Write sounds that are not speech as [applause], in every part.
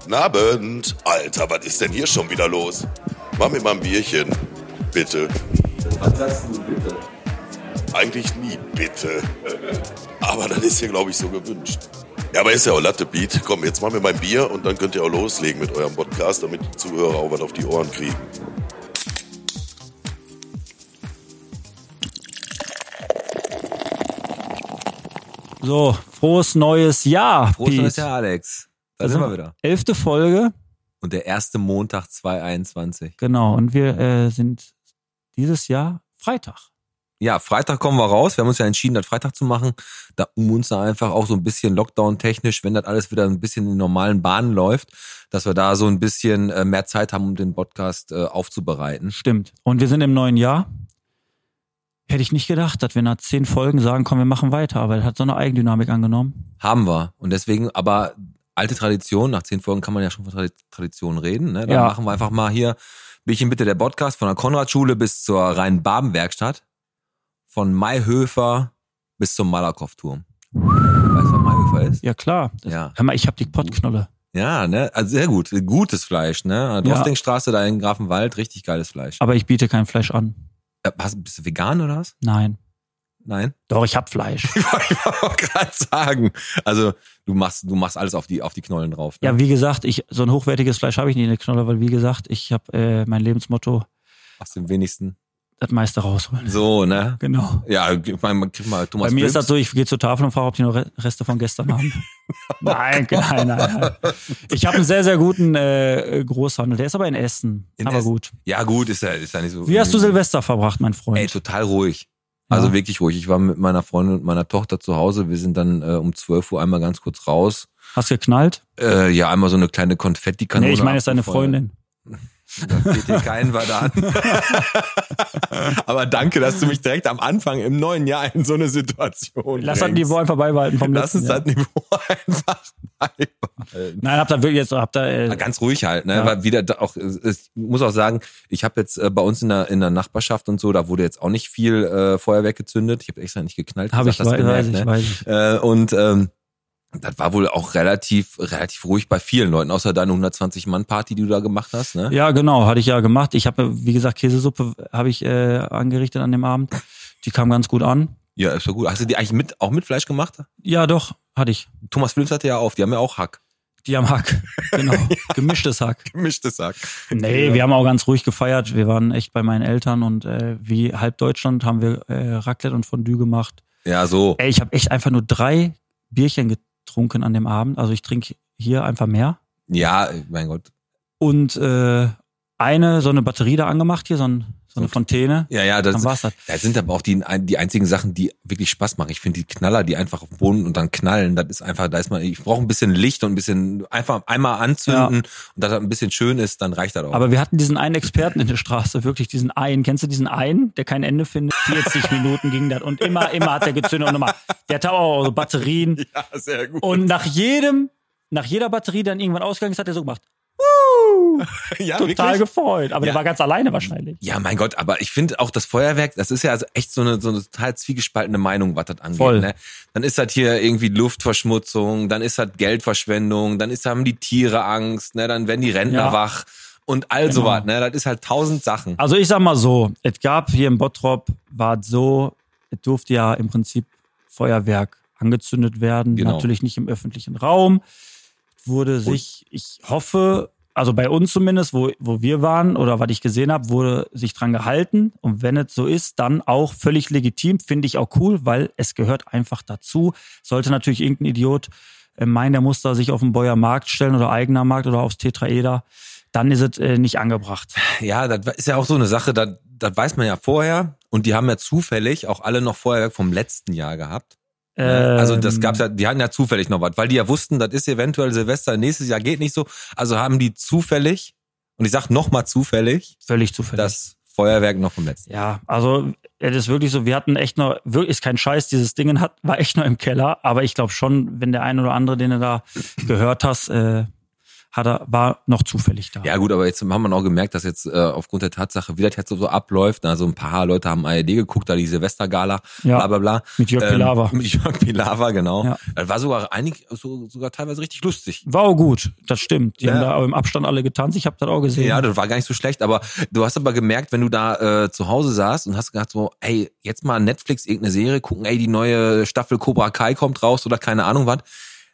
Guten Abend. Alter, was ist denn hier schon wieder los? Mach mir mal ein Bierchen. Bitte. Was sagst du bitte? Eigentlich nie bitte. [laughs] Aber das ist hier, glaube ich, so gewünscht. Ja, aber ist ja auch Latte Beat. Komm, jetzt machen wir mal ein Bier und dann könnt ihr auch loslegen mit eurem Podcast, damit die Zuhörer auch was auf die Ohren kriegen. So, frohes neues Jahr. Prost, Pete. neues Jahr, Alex. Da Also, sind wir wieder. Elfte Folge, Und der erste Montag 2021. genau. Und wir äh, sind dieses Jahr Freitag. Ja, Freitag kommen wir raus. Wir haben uns ja entschieden, das Freitag zu machen, da, um uns da einfach auch so ein bisschen Lockdown-technisch, wenn das alles wieder ein bisschen in normalen Bahnen läuft, dass wir da so ein bisschen äh, mehr Zeit haben, um den Podcast äh, aufzubereiten. Stimmt. Und wir sind im neuen Jahr. Hätte ich nicht gedacht, dass wir nach zehn Folgen sagen, komm, wir machen weiter. Aber das hat so eine Eigendynamik angenommen. Haben wir. Und deswegen, aber alte Tradition, nach zehn Folgen kann man ja schon von Tradi- Tradition reden. Ne? Dann Ja. machen wir einfach mal hier Bierchen bitte der Podcast von der Konradschule bis zur Rhein-Baben-Werkstatt, von Maihöfer bis zum Malakow-Turm. Weißt du, was Maihöfer ist? Ja, klar. Das, Ja. Hör mal, ich habe die Pottknolle. Ja, ne? Also sehr gut. Gutes Fleisch, ne? Ja. Drostingstraße, da in Grafenwald, richtig geiles Fleisch. Aber ich biete kein Fleisch an. Äh, hast, bist du vegan oder was? Nein. Nein? Doch, ich hab Fleisch. [laughs] Ich wollte gerade sagen. Also, du machst, du machst alles auf die, auf die Knollen drauf. Ne? Ja, wie gesagt, ich so ein hochwertiges Fleisch habe ich nicht in der Knolle, weil wie gesagt, ich habe äh, mein Lebensmotto, Machst du am wenigsten. das meiste rausholen. So, ne? Genau. Ja, ich meine, man kriegt mal Thomas Bei mir ist Wilms. das so, ich gehe zur Tafel und frage, ob die noch Re- Reste von gestern [laughs] haben. nein, nein, nein, nein. Ich habe einen sehr, sehr guten äh, Großhandel. Der ist aber in Essen. In aber Essen. gut. Ja, gut, ist ja, ist ja nicht so. Wie hast du Silvester verbracht, mein Freund? Ey, total ruhig. Also Ja. wirklich ruhig. Ich war mit meiner Freundin und meiner Tochter zu Hause. Wir sind dann äh, um 12 Uhr einmal ganz kurz raus. Hast geknallt? Äh, ja, einmal so eine kleine Konfettikanone. nee, ich meine, es ist deine abgefeuert. Freundin. kein war da. [laughs] Aber danke, dass du mich direkt am Anfang im neuen Jahr in so eine Situation Lass das Niveau einfach beibehalten vom Lass halt. letzten uns das Jahr. Niveau [laughs] einfach beibehalten. Nein, hab da wirklich jetzt, hab da, Aber äh, Ganz ruhig halt, ne? Ja. Weil wieder da auch, ich muss auch sagen, ich habe jetzt äh, bei uns in der, in der Nachbarschaft und so, da wurde jetzt auch nicht viel äh, Feuerwerk gezündet. Ich habe extra nicht geknallt, habe ich, das weiß, weiß ich, weiß ich. äh, und ähm, das war wohl auch relativ, relativ ruhig bei vielen Leuten, außer deine 120-Mann-Party, die du da gemacht hast, ne? Ja, genau, hatte ich ja gemacht. Ich habe, wie gesagt, Käsesuppe habe ich äh, angerichtet an dem Abend. Die kam ganz gut an. Ja, ist doch gut. Hast du die eigentlich mit, auch mit Fleisch gemacht? Ja, doch, hatte ich. Thomas Wilms hatte ja auf, die haben ja auch Hack. Die [laughs] am Hack. Genau. Gemischtes Hack. Gemischtes Hack. Nee, wir haben auch ganz ruhig gefeiert. Wir waren echt bei meinen Eltern und äh, wie halb Deutschland haben wir äh, Raclette und Fondue gemacht. Ja, so. Ey, ich habe echt einfach nur drei Bierchen getrunken an dem Abend. Also ich trinke hier einfach mehr. Ja, mein Gott. Und äh, eine, so eine Batterie da angemacht hier, so, ein, so eine Okay. Fontäne. Ja, ja, das, Dann war's das. das sind aber auch die, die einzigen Sachen, die wirklich Spaß machen. Ich finde die Knaller, die einfach auf den Boden und dann knallen, das ist einfach, da ist man, ich brauche ein bisschen Licht und ein bisschen, einfach einmal anzünden und dass das ein bisschen schön ist, dann reicht das auch. Aber wir hatten diesen einen Experten in der Straße, wirklich diesen einen. Kennst du diesen einen, der kein Ende findet? 40 Minuten ging das und immer, immer hat der gezündet und immer. Der hatte auch so Batterien [laughs] ja, sehr gut. und nach jedem, nach jeder Batterie dann irgendwann ausgegangen ist, hat er so gemacht. [laughs] ja, Total wirklich? gefreut, aber Ja. der war ganz alleine wahrscheinlich. Ja, mein Gott, aber ich finde auch das Feuerwerk, das ist ja also echt so eine, so eine total zwiegespaltene Meinung, was das angeht. Voll. Ne? Dann ist das hier irgendwie Luftverschmutzung, dann ist das Geldverschwendung, dann ist, haben die Tiere Angst, ne? dann werden die Rentner Ja. wach und all Genau. sowas. Ne? Das ist halt tausend Sachen. Also ich sag mal so, es gab hier in Bottrop, war es so, es durfte ja im Prinzip Feuerwerk angezündet werden, Genau. natürlich nicht im öffentlichen Raum. Wurde sich, ich hoffe, also bei uns zumindest, wo, wo wir waren oder was ich gesehen habe, wurde sich dran gehalten. Und wenn es so ist, dann auch völlig legitim, finde ich auch cool, weil es gehört einfach dazu. Sollte natürlich irgendein Idiot äh, meinen, der muss da sich auf den Beuer Markt stellen oder eigener Markt oder aufs Tetraeder, dann ist es äh, nicht angebracht. Ja, das ist ja auch so eine Sache, das, das weiß man ja vorher. Und die haben ja zufällig auch alle noch Feuerwerk vom letzten Jahr gehabt. Ne? Also das Ähm, gab's ja, die hatten ja zufällig noch was, weil die ja wussten, das ist eventuell Silvester, nächstes Jahr geht nicht so. Also haben die zufällig, und ich sag nochmal zufällig, Völlig zufällig. das Feuerwerk noch vom letzten. ja, also es ist wirklich so, wir hatten echt noch, wirklich ist kein Scheiß, dieses Ding hat, war echt noch im Keller, aber ich glaube schon, wenn der ein oder andere, den du da gehört hast, äh, hat er, war noch zufällig da. Ja gut, aber jetzt haben wir auch gemerkt, dass jetzt äh, aufgrund der Tatsache, wie das jetzt so abläuft, also ein paar Leute haben ARD geguckt, da die Silvestergala, Ja. bla bla bla. Mit Jörg Ähm, Pilawa. [laughs] Mit Jörg Pilawa, genau. Ja. Das war sogar einig, so, sogar teilweise richtig lustig. War auch gut, das stimmt. Die Ja. haben da im Abstand alle getanzt, ich habe das auch gesehen. Ja, das war gar nicht so schlecht, aber du hast aber gemerkt, wenn du da äh, zu Hause saßt und hast gedacht so, ey, jetzt mal Netflix irgendeine Serie gucken, ey, die neue Staffel Cobra Kai kommt raus oder keine Ahnung was,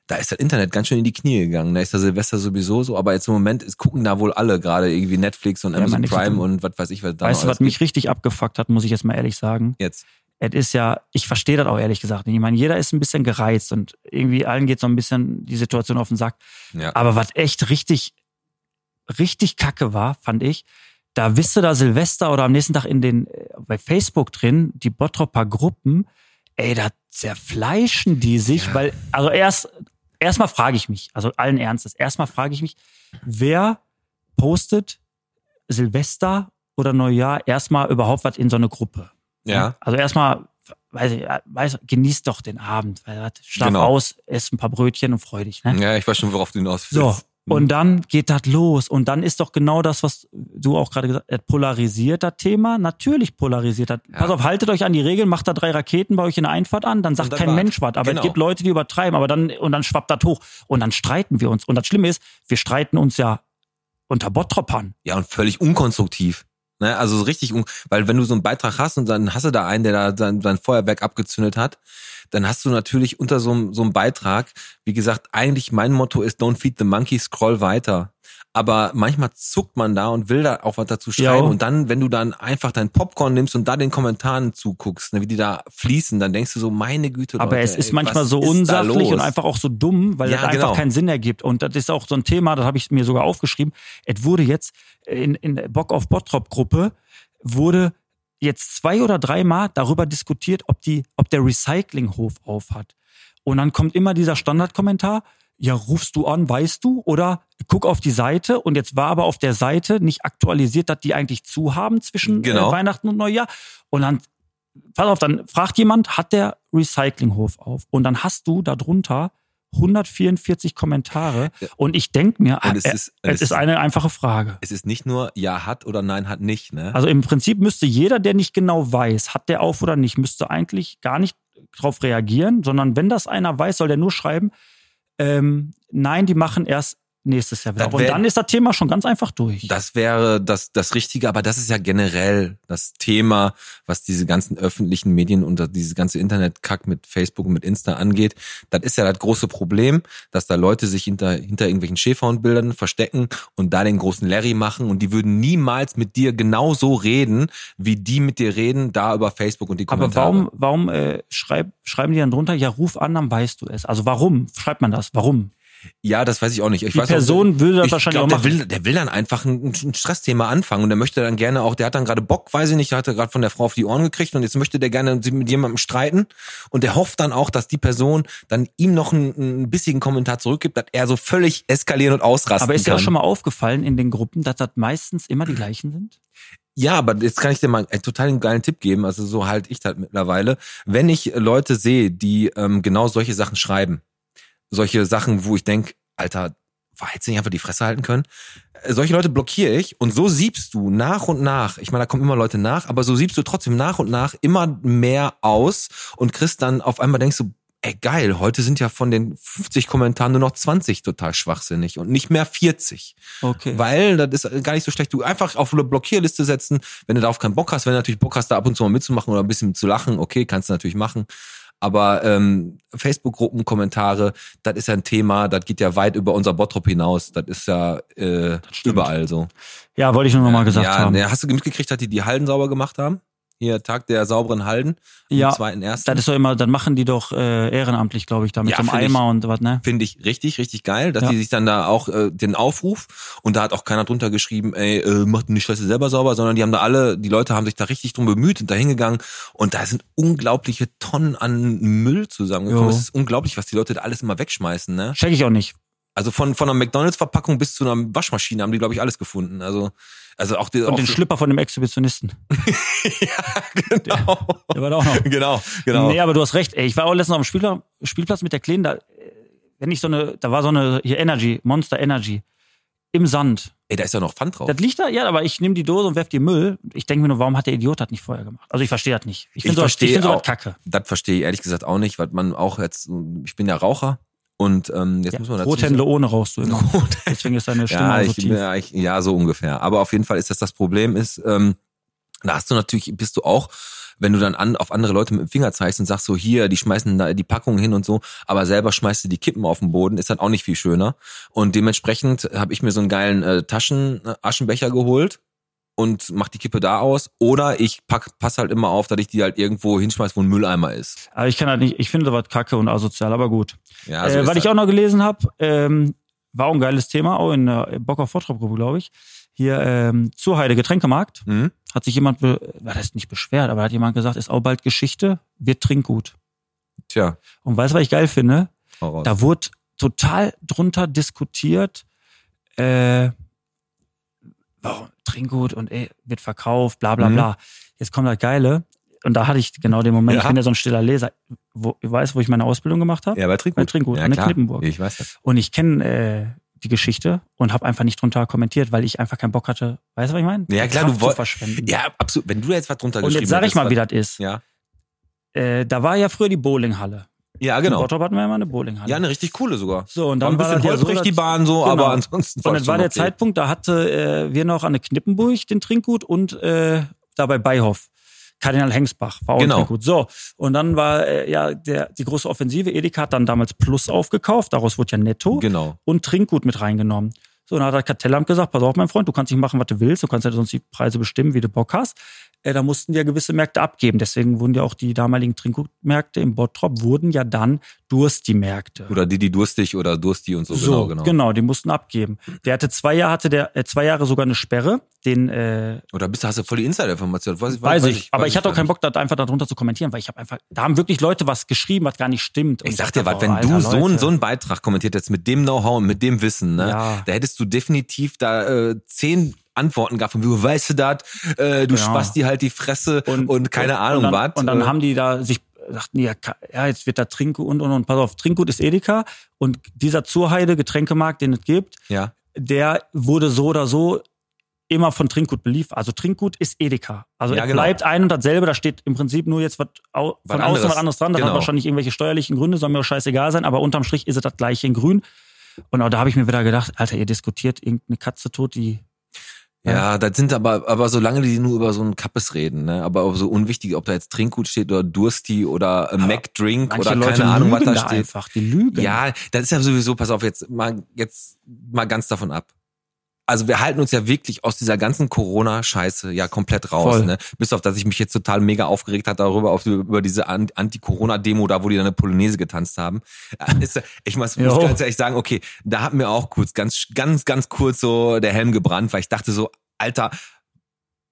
da ist das Internet ganz schön in die Knie gegangen. Da ist der Silvester sowieso so, aber jetzt im Moment ist, gucken da wohl alle gerade irgendwie Netflix und Ja, Amazon meine Güte. Prime und was weiß ich, was da weißt du, noch was alles mich richtig abgefuckt hat, muss ich jetzt mal ehrlich sagen? gibt. jetzt. es ist ja, ich verstehe das auch ehrlich gesagt nicht. Ich meine, jeder ist ein bisschen gereizt und irgendwie allen geht so ein bisschen die Situation auf den Sack. Ja. Aber was echt richtig, richtig kacke war, fand ich, da bist du da Silvester oder am nächsten Tag in den, äh, bei Facebook drin, die Bottropper Gruppen, ey, da zerfleischen die sich, Ja. weil, also erst, erstmal frage ich mich, also allen Ernstes, erstmal frage ich mich, wer postet Silvester oder Neujahr erstmal überhaupt was in so eine Gruppe? ja. Also erstmal, weiß ich, weiß, genieß doch den Abend. Weil, was, schlaf Genau. aus, ess ein paar Brötchen und freu dich. Ne? Ja, ich weiß schon, worauf du hinaus willst. so. Und dann geht das los. Und dann ist doch genau das, was du auch gerade gesagt hast, polarisiert das Thema. Natürlich polarisiert das. Ja. Pass auf, haltet euch an die Regeln, macht da drei Raketen bei euch in der Einfahrt an, dann sagt dann kein war's. Mensch was. Aber Genau. es gibt Leute, die übertreiben, aber dann, und dann schwappt das hoch. Und dann streiten wir uns. Und das Schlimme ist, wir streiten uns ja unter Bottropern. Ja, und völlig unkonstruktiv. Ne? Also so richtig, un weil wenn du so einen Beitrag hast und dann hast du da einen, der da sein, sein Feuerwerk abgezündet hat, dann hast du natürlich unter so, einem- so einem Beitrag, wie gesagt, eigentlich mein Motto ist Don't feed the monkey, scroll weiter. Aber manchmal zuckt man da und will da auch was dazu schreiben. Ja. Und dann, wenn du dann einfach dein Popcorn nimmst und da den Kommentaren zuguckst, ne, wie die da fließen, dann denkst du so, meine Güte. Aber Leute, es ist ey, manchmal was so ist da unsachlich los? und einfach auch so dumm, weil Ja, das einfach genau. keinen Sinn ergibt. Und das ist auch so ein Thema, das habe ich mir sogar aufgeschrieben. Es wurde jetzt in, in der Bock auf Bottrop-Gruppe wurde jetzt zwei oder dreimal darüber diskutiert, ob, die, ob der Recyclinghof auf hat. Und dann kommt immer dieser Standardkommentar, ja, rufst du an, weißt du? Oder guck auf die Seite und jetzt war aber auf der Seite nicht aktualisiert, dass die eigentlich zu haben zwischen Genau. äh, Weihnachten und Neujahr. Und dann, pass auf, dann fragt jemand, hat der Recyclinghof auf? Und dann hast du darunter 144 Kommentare und ich denk mir, ah, äh, Und es, ist, und es ist eine einfache Frage. es ist nicht nur ja hat oder nein hat nicht, ne? Also im Prinzip müsste jeder, der nicht genau weiß, hat der auf oder nicht, müsste eigentlich gar nicht drauf reagieren, sondern wenn das einer weiß, soll der nur schreiben, ähm, nein, die machen erst nächstes Jahr wieder. Das auf. Und wär- dann ist das Thema schon ganz einfach durch. Das wäre das, das Richtige, aber das ist ja generell das Thema, was diese ganzen öffentlichen Medien und diese ganze Internetkack mit Facebook und mit Insta angeht. Das ist ja das große Problem, dass da Leute sich hinter, hinter irgendwelchen Schäferhundbildern verstecken und da den großen Larry machen und die würden niemals mit dir genau so reden, wie die mit dir reden, da über Facebook und die Aber Kommentare. warum, warum äh, schreib, schreiben die dann drunter, ja, ruf an, dann weißt du es. Also warum schreibt man das? Warum? Ja, das weiß ich auch nicht. Ich Die weiß auch- Person würde das ich wahrscheinlich auch der machen. will, der will dann einfach ein, ein Stressthema anfangen und der möchte dann gerne auch, der hat dann gerade Bock, weiß ich nicht, der hat er gerade von der Frau auf die Ohren gekriegt und jetzt möchte der gerne sich mit jemandem streiten und der hofft dann auch, dass die Person dann ihm noch einen, einen bissigen Kommentar zurückgibt, dass er so völlig eskalieren und ausrasten Aber ist dir kann. auch schon mal aufgefallen in den Gruppen, dass das meistens immer die gleichen sind? Ja, aber jetzt kann ich dir mal einen total geilen Tipp geben. Also so halt ich das mittlerweile. Wenn ich Leute sehe, die ähm, genau solche Sachen schreiben, solche Sachen, wo ich denk, Alter, war jetzt nicht einfach die Fresse halten können. Äh, Solche Leute blockiere ich und so siebst du nach und nach, ich meine, da kommen immer Leute nach, aber so siebst du trotzdem nach und nach immer mehr aus und kriegst dann auf einmal denkst du, ey geil, heute sind ja von den 50 Kommentaren nur noch 20 total schwachsinnig und nicht mehr 40. Okay. Weil das ist gar nicht so schlecht. Du einfach auf eine Blockierliste setzen, wenn du darauf keinen Bock hast, wenn du natürlich Bock hast, da ab und zu mal mitzumachen oder ein bisschen zu lachen, okay, kannst du natürlich machen. Aber ähm, Facebook-Gruppen, Kommentare, das ist ja ein Thema, das geht ja weit über unser Bottrop hinaus. Das ist ja äh, überall so. Ja, wollte ich nur nochmal gesagt ja, haben. ne, Hast du mitgekriegt, dass die die Halden sauber gemacht haben? Hier, Tag der sauberen Halden. Ja, Am zweiten ersten. Das ist doch immer, dann machen die doch äh, ehrenamtlich, glaube ich, da mit Ja, so einem find ich. Eimer und was, ne? finde ich richtig, richtig geil, dass Ja. die sich dann da auch äh, den Aufruf und da hat auch keiner drunter geschrieben, ey, äh, macht die Scheiße selber sauber, sondern die haben da alle, die Leute haben sich da richtig drum bemüht und da hingegangen und da sind unglaubliche Tonnen an Müll zusammengekommen. Jo. Es ist unglaublich, was die Leute da alles immer wegschmeißen, ne? Check ich auch nicht. Also von, von einer McDonalds-Verpackung bis zu einer Waschmaschine haben die, glaube ich, alles gefunden. Also, also auch die, Und auch den Schlipper von [laughs] dem Exhibitionisten. genau. Der war da auch noch. genau, genau. Nee, aber du hast recht. Ey, ich war auch letztens auf dem Spielpla- Spielplatz mit der Kleinen, da, äh, wenn ich so eine, da war so eine, hier Energy, Monster Energy. im Sand. Ey, da ist ja noch Pfand drauf. Das liegt da, ja, aber ich nehme die Dose und werf die in den Müll. Ich denke mir nur, warum hat der Idiot das nicht vorher gemacht? Also ich verstehe das nicht. Ich finde sowas, ich find sowas auch, kacke. das verstehe ich ehrlich gesagt auch nicht, weil man auch jetzt, ich bin ja Raucher und ähm, jetzt Ja, muss man dazu Rothändler ohne rauchst du immer. [laughs] [laughs] Rothändler. Deswegen ist deine Stimme ja, auch ich, so tief. ja, ich, ja, so ungefähr. Aber auf jeden Fall ist das das Problem ist, ähm, da hast du natürlich, bist du auch, wenn du dann an, auf andere Leute mit dem Finger zeigst und sagst so, hier, die schmeißen da die Packungen hin und so, aber selber schmeißt du die Kippen auf den Boden, ist dann auch nicht viel schöner. Und dementsprechend habe ich mir so einen geilen äh, Taschen, äh, Aschenbecher geholt und mach die Kippe da aus. Oder ich pack, pass halt immer auf, dass ich die halt irgendwo hinschmeiß, wo ein Mülleimer ist. Aber ich kann halt nicht, ich finde sowas kacke und asozial, aber gut. Ja, so äh, Also ist weil das. ich auch noch gelesen habe, ähm, war auch ein geiles Thema, auch in der Bock auf Vortrag-Gruppe, glaube ich. Hier ähm, zur Heide Getränkemarkt Hm? hat sich jemand, be war das nicht beschwert, aber hat jemand gesagt, ist auch bald Geschichte, wird Trinkgut. Tja, Und weißt du, was ich geil finde? hau raus. Da wurde total drunter diskutiert, äh, warum Trinkgut und ey, wird verkauft, bla bla Mhm. bla. Jetzt kommt das Geile. Und da hatte ich genau den Moment, Ja. ich bin ja so ein stiller Leser. Wo, weißt du, wo ich meine Ausbildung gemacht habe? ja, bei Trinkgut. bei Trinkgut, ja, an der klar. Knippenburg. Ich weiß das. Und ich kenne äh, die Geschichte und habe einfach nicht drunter kommentiert, weil ich einfach keinen Bock hatte. Weißt du, was ich meine? Ja, Die klar, Kraft du zu woll- verschwenden. Ja, absolut. Wenn du da jetzt was drunter und geschrieben jetzt sage ich hättest, mal, was- wie das ist. Ja. Äh, da war ja früher die Bowlinghalle. Ja, In genau. Bottrop hatten wir ja mal eine Bowlinghalle. Ja, eine richtig coole sogar. so, und War dann ein war bisschen das ja so, holprig die dass- Bahn so, Genau. aber ansonsten Und voll das war schon der okay. Zeitpunkt, da hatte äh, wir noch an der Knippenburg den Trinkgut und äh, da bei Beihoff. Kardinal Hengsbach war auch Genau. ein Trinkgut. So, und dann war äh, ja der, die große Offensive. Edeka hat dann damals Plus aufgekauft, daraus wurde ja Netto Genau. und Trinkgut mit reingenommen. So, und dann hat das Kartellamt gesagt, pass auf, mein Freund, du kannst nicht machen, was du willst, du kannst ja sonst die Preise bestimmen, wie du Bock hast. Äh, da mussten die ja gewisse Märkte abgeben. Deswegen wurden ja auch die damaligen Trinkgutmärkte im Bottrop, wurden ja dann Dursti-Märkte. Oder die, die durstig oder dursti und so. genau, genau. die mussten abgeben. Der hatte zwei Jahre, hatte der äh, zwei Jahre sogar eine Sperre, den äh, Oder bist du, hast du voll die Insider-Information? Weiß, weiß, ich, aber weiß ich hatte auch gar keinen nicht. Bock, das einfach darunter zu kommentieren, weil ich habe einfach, da haben wirklich Leute was geschrieben, was gar nicht stimmt. Und Ich sag dir dachte, was, wenn boah, du Alter, so, einen- Leute. so einen Beitrag kommentiert jetzt mit dem Know-how und mit dem Wissen, ne, Ja. da hättest du definitiv da äh, zehn Antworten gehabt von, wie weißt du das, äh, du Ja. spast dir halt die Fresse und, keine Ahnung und dann, was. Und dann äh, haben die da sich sagten, ja, ka- ja jetzt wird da Trinkgut und und und. Pass auf, Trinkgut ist Edeka und dieser Zurheide Getränkemarkt, den es gibt, ja. der wurde so oder so immer von Trinkgut beliefert. Also Trinkgut ist Edeka. Also Ja, es genau. bleibt ein und dasselbe. Da steht im Prinzip nur jetzt was au- Was von außen anderes. was anderes dran. Das Genau. hat wahrscheinlich irgendwelche steuerlichen Gründe, soll mir auch scheißegal sein, aber unterm Strich ist es das gleiche in grün. Und auch da habe ich mir wieder gedacht, Alter, ihr diskutiert irgendeine Katze tot, die Ja, das sind aber, aber solange die nur über so einen Kappes reden, ne? aber auch so unwichtig, ob da jetzt Trinkgut steht oder Dursti oder äh, McDrink manche oder Leute keine Ahnung, was lügen da da steht. einfach, die lügen. Ja, das ist ja sowieso, pass auf, jetzt mal, jetzt mal ganz davon ab. Also wir halten uns ja wirklich aus dieser ganzen Corona-Scheiße ja komplett raus. Voll. Ne? Bis auf, dass ich mich jetzt total mega aufgeregt hat darüber, auf, über diese An- Anti-Corona-Demo, da wo die dann eine Polonaise getanzt haben. Äh, Ist, ich muss, muss Jo. ganz ehrlich sagen, okay, da hat mir auch kurz, ganz, ganz, ganz kurz so der Helm gebrannt, weil ich dachte so, Alter,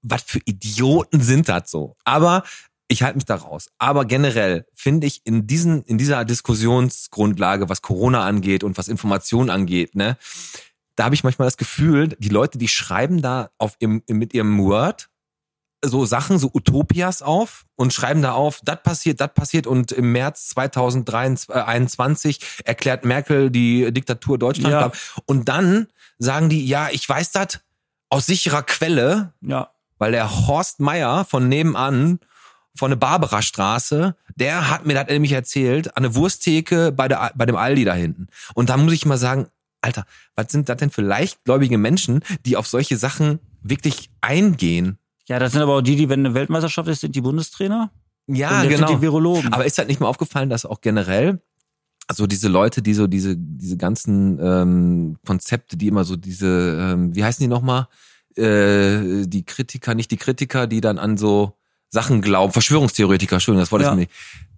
was für Idioten sind das so? Aber ich halte mich da raus. Aber generell finde ich in diesen, in dieser Diskussionsgrundlage, was Corona angeht und was Information angeht, ne, da habe ich manchmal das Gefühl, die Leute, die schreiben da auf ihrem, mit ihrem Word so Sachen, so Utopias auf und schreiben da auf, das passiert, das passiert und im März 2021 erklärt Merkel die Diktatur Deutschland. Ja. Und dann sagen die, ja, ich weiß das aus sicherer Quelle, ja. weil der Horst Meier von nebenan von der Barbara Straße, der hat mir das nämlich erzählt, an der Wursttheke bei, der, bei dem Aldi da hinten. Und da muss ich mal sagen, Alter, was sind das denn für leichtgläubige Menschen, die auf solche Sachen wirklich eingehen? Ja, das sind aber auch die, die, wenn eine Weltmeisterschaft ist, sind die Bundestrainer. Ja, und jetzt genau. sind die Virologen. Aber ist halt nicht mal aufgefallen, dass auch generell also diese Leute, die so diese diese ganzen ähm, Konzepte, die immer so diese ähm, wie heißen die nochmal äh, die Kritiker, nicht die Kritiker, die dann an so Sachen glauben, Verschwörungstheoretiker, Entschuldigung, das Wort Ja. ist mir nicht.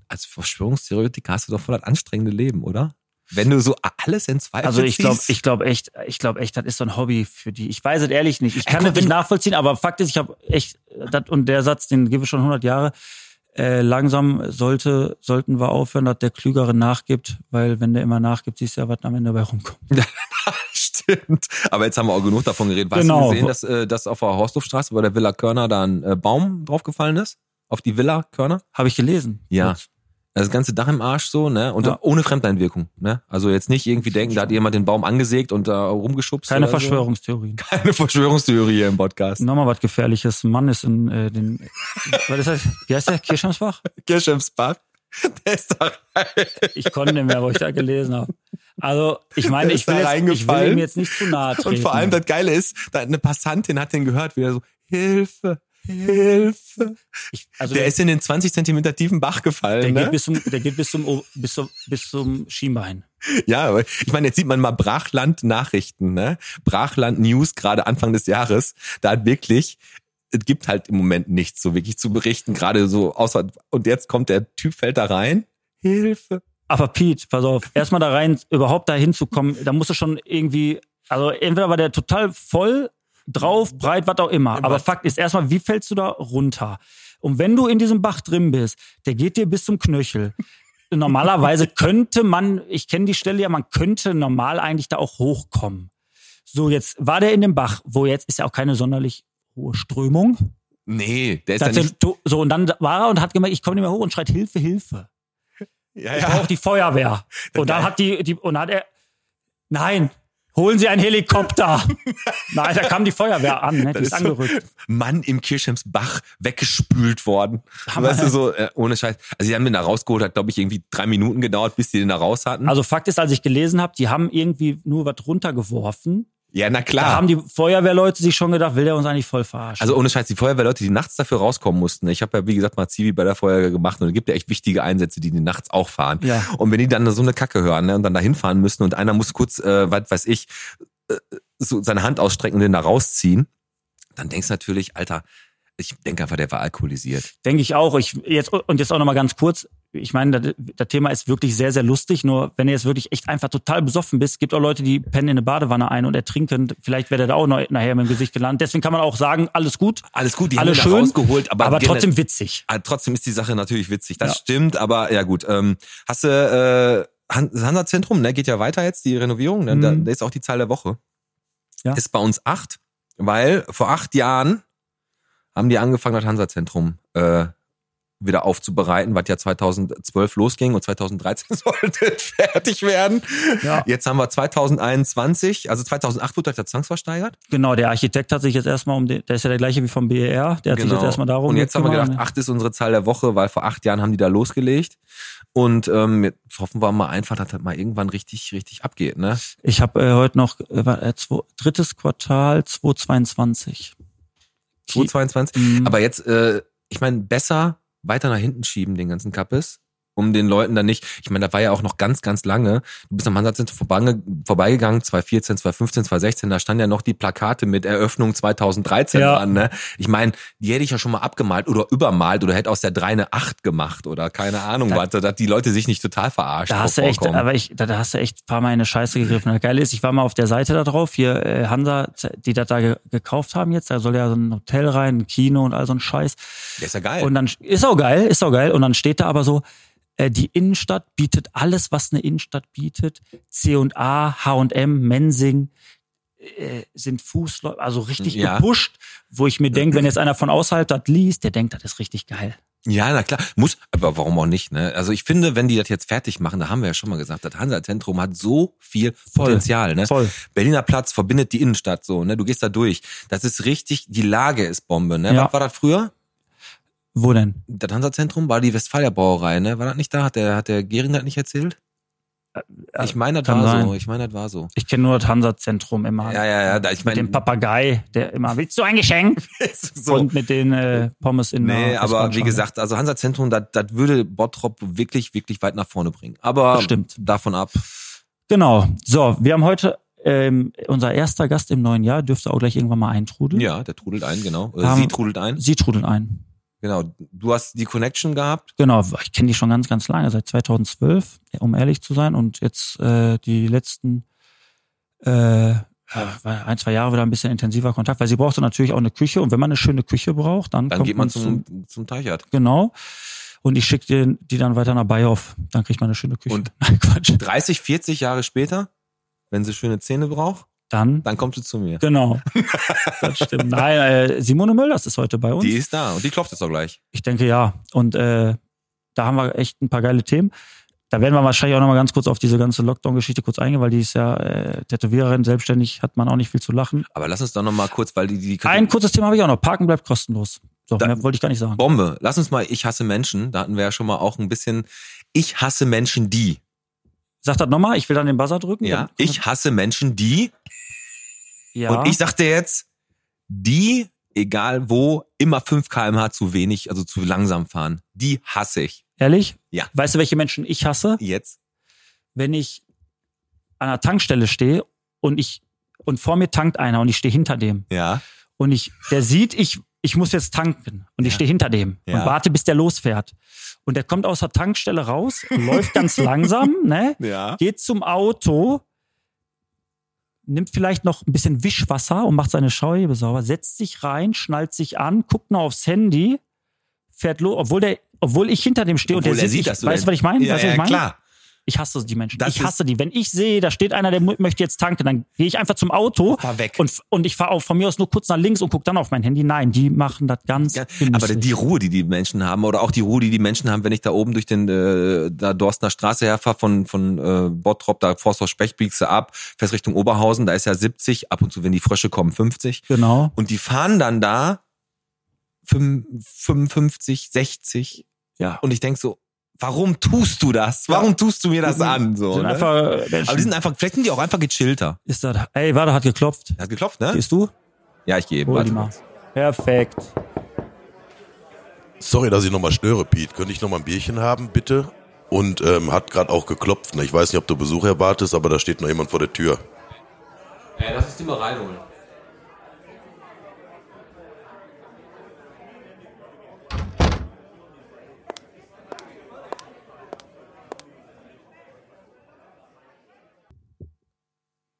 Als Verschwörungstheoretiker hast du doch voll das anstrengende Leben, oder? Wenn du so a- alles in Zweifel also ich glaube, ziehst. ich glaube echt, ich glaube echt, das ist so ein Hobby für die. Ich weiß es ehrlich nicht. Ich Ja, kann guck, das nicht wenn- nachvollziehen, aber Fakt ist, ich habe echt das und der Satz, den gebe ich schon 100 Jahre. Äh, langsam sollte, sollten wir aufhören, dass der Klügere nachgibt, weil wenn der immer nachgibt, siehst du ja, was am Ende dabei rumkommt. [laughs] Stimmt. Aber jetzt haben wir auch genug davon geredet. Weißt Genau. du gesehen, dass, äh, dass auf der Horsthofstraße bei der Villa Körner da ein äh, Baum draufgefallen ist? Auf die Villa Körner? Habe ich gelesen. Ja. Das ganze Dach im Arsch so, ne? Und Ja. ohne Fremdeinwirkung, ne? Also jetzt nicht irgendwie denken, da hat jemand den Baum angesägt und da rumgeschubst. Keine oder Verschwörungstheorien. So. Keine Verschwörungstheorie hier im Podcast. Nochmal was Gefährliches. Ein Mann ist in äh, den. was ist das? Wie heißt der? Kirschhamsbach? Kirschemsbad. Der ist da rein. Ich konnte nicht mehr, wo ich da gelesen habe. Also, ich meine, Ist ich will, da jetzt, ich will reingefallen? ihm jetzt nicht zu nahe treten. Und vor allem das Geile ist, da eine Passantin hat den gehört, wie er so, Hilfe, Hilfe. ich, also der der, ist in den 20 Zentimeter tiefen Bach der gefallen. geht Ne? bis zum, der geht bis zum, O- bis zum, bis zum Schienbein. Ja, aber ich meine, jetzt sieht man mal Brachland Nachrichten, ne? Brachland News gerade Anfang des Jahres. Da hat wirklich, es gibt halt im Moment nichts so wirklich zu berichten, gerade so außer, und jetzt kommt der Typ, fällt da rein. Hilfe. Aber Pete, pass auf, erstmal da rein, überhaupt da hinzukommen, da musst du schon irgendwie, also entweder war der total voll drauf, breit, was auch immer. Aber Fakt ist erstmal, wie fällst du da runter? Und wenn du in diesem Bach drin bist, der geht dir bis zum Knöchel. [laughs] Normalerweise könnte man, ich kenne die Stelle ja, man könnte normal eigentlich da auch hochkommen. So, jetzt war der in dem Bach, wo jetzt ist ja auch keine sonderlich hohe Strömung. Nee, der ist ja Tatsächlich, nicht. to- so, und dann war er und hat gemerkt, ich komme nicht mehr hoch und schreit Hilfe, Hilfe Ja, ich brauche die Feuerwehr. [laughs] Und dann hat die, die und dann hat er, nein, holen Sie [laughs] einen Helikopter. nein, da kam die Feuerwehr an, ne? die ist ist so- angerückt. Mann im Kirchheims-Bach weggespült worden. Weißt du, so, äh, ohne Scheiß. Also, sie haben den da rausgeholt, hat, glaube ich, irgendwie drei Minuten gedauert, bis die den da raus hatten. Also Fakt ist, als ich gelesen habe, die haben irgendwie nur was runtergeworfen. ja, na Da klar. haben die Feuerwehrleute sich schon gedacht, will der uns eigentlich voll verarschen? also ohne Scheiß, die Feuerwehrleute, die nachts dafür rauskommen mussten. Ich habe ja, wie gesagt, mal Zivi bei der Feuerwehr gemacht und es gibt ja echt wichtige Einsätze, die die nachts auch fahren. Ja. Und wenn die dann so eine Kacke hören ne, und dann da hinfahren müssen und einer muss kurz, äh, was weiß ich, äh, so seine Hand ausstrecken und den da rausziehen, dann denkst du natürlich, Alter, ich denke einfach, der war alkoholisiert. Denke ich auch. Ich, jetzt, und jetzt auch nochmal ganz kurz. Ich meine, das, das Thema ist wirklich sehr, sehr lustig. Nur wenn du jetzt wirklich echt einfach total besoffen bist, gibt auch Leute, die pennen in eine Badewanne ein und ertrinken. Vielleicht wäre der da auch noch, nachher mit dem Gesicht gelandet. Deswegen kann man auch sagen, alles gut. Alles gut, die Alle haben ihn schön, da rausgeholt, aber, aber gener- trotzdem witzig. Ah, trotzdem ist die Sache natürlich witzig. Das Ja. stimmt, aber ja gut. Ähm, hast du äh, Han- das Hansa-Zentrum, ne? Geht ja weiter jetzt, die Renovierung. Ne? Da, Mhm. da ist auch die Zahl der Woche. Ja. Ist bei uns acht, weil vor acht Jahren haben die angefangen, das Hansa-Zentrum äh, wieder aufzubereiten, was ja 2012 losging und 2013 [laughs] sollte es fertig werden. Ja. Jetzt haben wir 2021, also 2008 wurde das ja zwangsversteigert. Genau, der Architekt hat sich jetzt erstmal um den, der ist ja der gleiche wie vom BER, der hat sich jetzt erstmal darum Genau. Und jetzt haben wir gekümmert. ne? gedacht, ah. acht ist unsere Zahl der Woche, weil vor acht Jahren haben die da losgelegt. Und ähm, jetzt hoffen wir mal einfach, dass das mal irgendwann richtig, richtig abgeht. Ne? Ich habe äh, heute noch äh, war, äh, zwei, drittes Quartal 2022. 2022. Mhm. Aber jetzt, äh, ich meine, besser weiter nach hinten schieben, den ganzen Kappes. Um den Leuten dann nicht, ich meine, da war ja auch noch ganz, ganz lange, du bist am Hansa-Zentrum vorbei- vorbeigegangen, 2014, 2015, 2016, da standen ja noch die Plakate mit Eröffnung 2013 Ja. dran, ne? Ich meine, die hätte ich ja schon mal abgemalt oder übermalt oder hätte aus der 3 eine 8 gemacht oder keine Ahnung, Da- was, dass die Leute sich nicht total verarscht da hast du echt, vorkommen. aber ich, da, da hast du echt ein paar Mal in eine Scheiße gegriffen. Das Geile ist, ich war mal auf der Seite da drauf, hier äh, Hansa, die das da ge gekauft haben jetzt, da soll ja so ein Hotel rein, ein Kino und all so ein Scheiß. Der ist ja geil. Und dann ist auch geil, ist auch geil. Und dann steht da aber so, äh, die Innenstadt bietet alles, was eine Innenstadt bietet. C&A, H&M, Mensing äh, sind Fußläufer, also richtig Ja. gepusht, wo ich mir denke, wenn jetzt einer von außerhalb das liest, der denkt, das ist richtig geil. Ja, na klar, muss, aber warum auch nicht, ne? Also ich finde, wenn die das jetzt fertig machen, da haben wir ja schon mal gesagt, das Hansa-Zentrum hat so viel Potenzial, ne? voll. Berliner Platz verbindet die Innenstadt so, ne? Du gehst da durch. Das ist richtig, die Lage ist Bombe, ne? Ja. Was war das früher? Wo denn? Das Hansa-Zentrum war die Westfalia-Brauerei, ne? War das nicht da? Hat der, hat der Gehring das nicht erzählt? Ich meine, das Äh, kann war so. sein. Ich meine, das war so. Ich kenne nur das Hansa-Zentrum immer. Ja, ja, ja, da, ich Mit meine, dem [laughs] Papagei, der immer, willst du ein Geschenk? so. Und mit den äh, Pommes in Nee, der aber wie Postkontrolle. gesagt, also Hansa-Zentrum, das das würde Bottrop wirklich, wirklich weit nach vorne bringen. Aber Das stimmt. davon ab. Genau. So, wir haben heute ähm, unser erster Gast im neuen Jahr, dürfte auch gleich irgendwann mal eintrudeln. Ja, der trudelt ein, genau. Oder Ähm, sie trudelt ein. Sie trudeln ein. Genau. Du hast die Connection gehabt. Genau, ich kenne die schon ganz, ganz lange, seit 2012, um ehrlich zu sein. Und jetzt äh, die letzten äh, ja, war ein, zwei Jahre wieder ein bisschen intensiver Kontakt, weil sie brauchte natürlich auch eine Küche. Und wenn man eine schöne Küche braucht, dann, Dann kommt geht man zum, zum Teichert. Genau. Und ich schicke die dann weiter nach Bayhof. Dann kriegt man eine schöne Küche. Und- [laughs] Nein, Quatsch. 30, 40 Jahre später, wenn sie schöne Zähne braucht, Dann, dann kommt sie zu mir. [laughs] genau. das stimmt. Nein, äh, Simone Möllers ist heute bei uns. Die ist da und die klopft jetzt auch gleich. Ich denke ja. Und äh, Da haben wir echt ein paar geile Themen. Da werden wir wahrscheinlich auch nochmal ganz kurz auf diese ganze Lockdown-Geschichte kurz eingehen, weil die ist ja äh, Tätowiererin, selbstständig, hat man auch nicht viel zu lachen. Aber lass uns doch nochmal kurz, weil die, die, die Ein kurzes Thema habe ich auch noch. Parken bleibt kostenlos. So, Genau. Da- mehr wollte ich gar nicht sagen. Bombe. Lass uns mal, ich hasse Menschen. Da hatten wir ja schon mal auch ein bisschen, ich hasse Menschen, die. Sag das nochmal, ich will dann den Buzzer drücken. Ja, dann- ich hasse Menschen, die. genau. ja. Und ich sagte jetzt, die, egal wo, immer 5 kmh zu wenig, also zu langsam fahren. Die hasse ich. Ehrlich? Ja. Weißt du, welche Menschen ich hasse? Jetzt. Wenn ich an einer Tankstelle stehe und ich und vor mir tankt einer und ich stehe hinter dem Ja. und ich der sieht ich ich muss jetzt tanken und ich Ja. stehe hinter dem Ja. und warte bis der losfährt und der kommt aus der Tankstelle raus läuft [laughs] ganz langsam ne Ja. geht zum Auto nimmt vielleicht noch ein bisschen Wischwasser und macht seine Scheibe sauber setzt sich rein schnallt sich an guckt noch aufs Handy fährt los obwohl der obwohl ich hinter dem stehe und der Obwohl er sieht, sieht, ich, dass du weißt du da- was ich meine Ja, weißt du was ja, ich meine klar. ich hasse die Menschen. Das ich ist- hasse die. Wenn ich sehe, da steht einer, der mu- möchte jetzt tanken, dann gehe ich einfach zum Auto Fahr weg. Oh, und, und ich fahre auch von mir aus nur kurz nach links und gucke dann auf mein Handy. Nein, die machen das ganz. Ja, aber genüsslich. die Ruhe, die die Menschen haben, oder auch die Ruhe, die die Menschen haben, wenn ich da oben durch den äh, da Dorstner Straße herfahre von von äh, Bottrop, da Forsthaus Specht biegst du ab, fährst Richtung Oberhausen, da ist ja 70, ab und zu, wenn die Frösche kommen, 50. Genau. Und die fahren dann da fünf- 55, 60. Ja. Und ich denk so, warum tust du das? Warum tust du mir das an? So, sind ne? einfach Menschen. Aber die sind einfach, vielleicht sind die auch einfach gechillter. ist das. Ey, warte, hat geklopft. Hat geklopft, ne? Gehst du? Ja, ich gehe eben. Hol Warte die mal. kurz. Perfekt. Sorry, dass ich nochmal störe, Pete. Könnte ich nochmal ein Bierchen haben, bitte? Und ähm, hat gerade auch geklopft. ne? Ich weiß nicht, ob du Besuch erwartest, aber da steht noch jemand vor der Tür. Ja, Äh, lass uns die mal reinholen.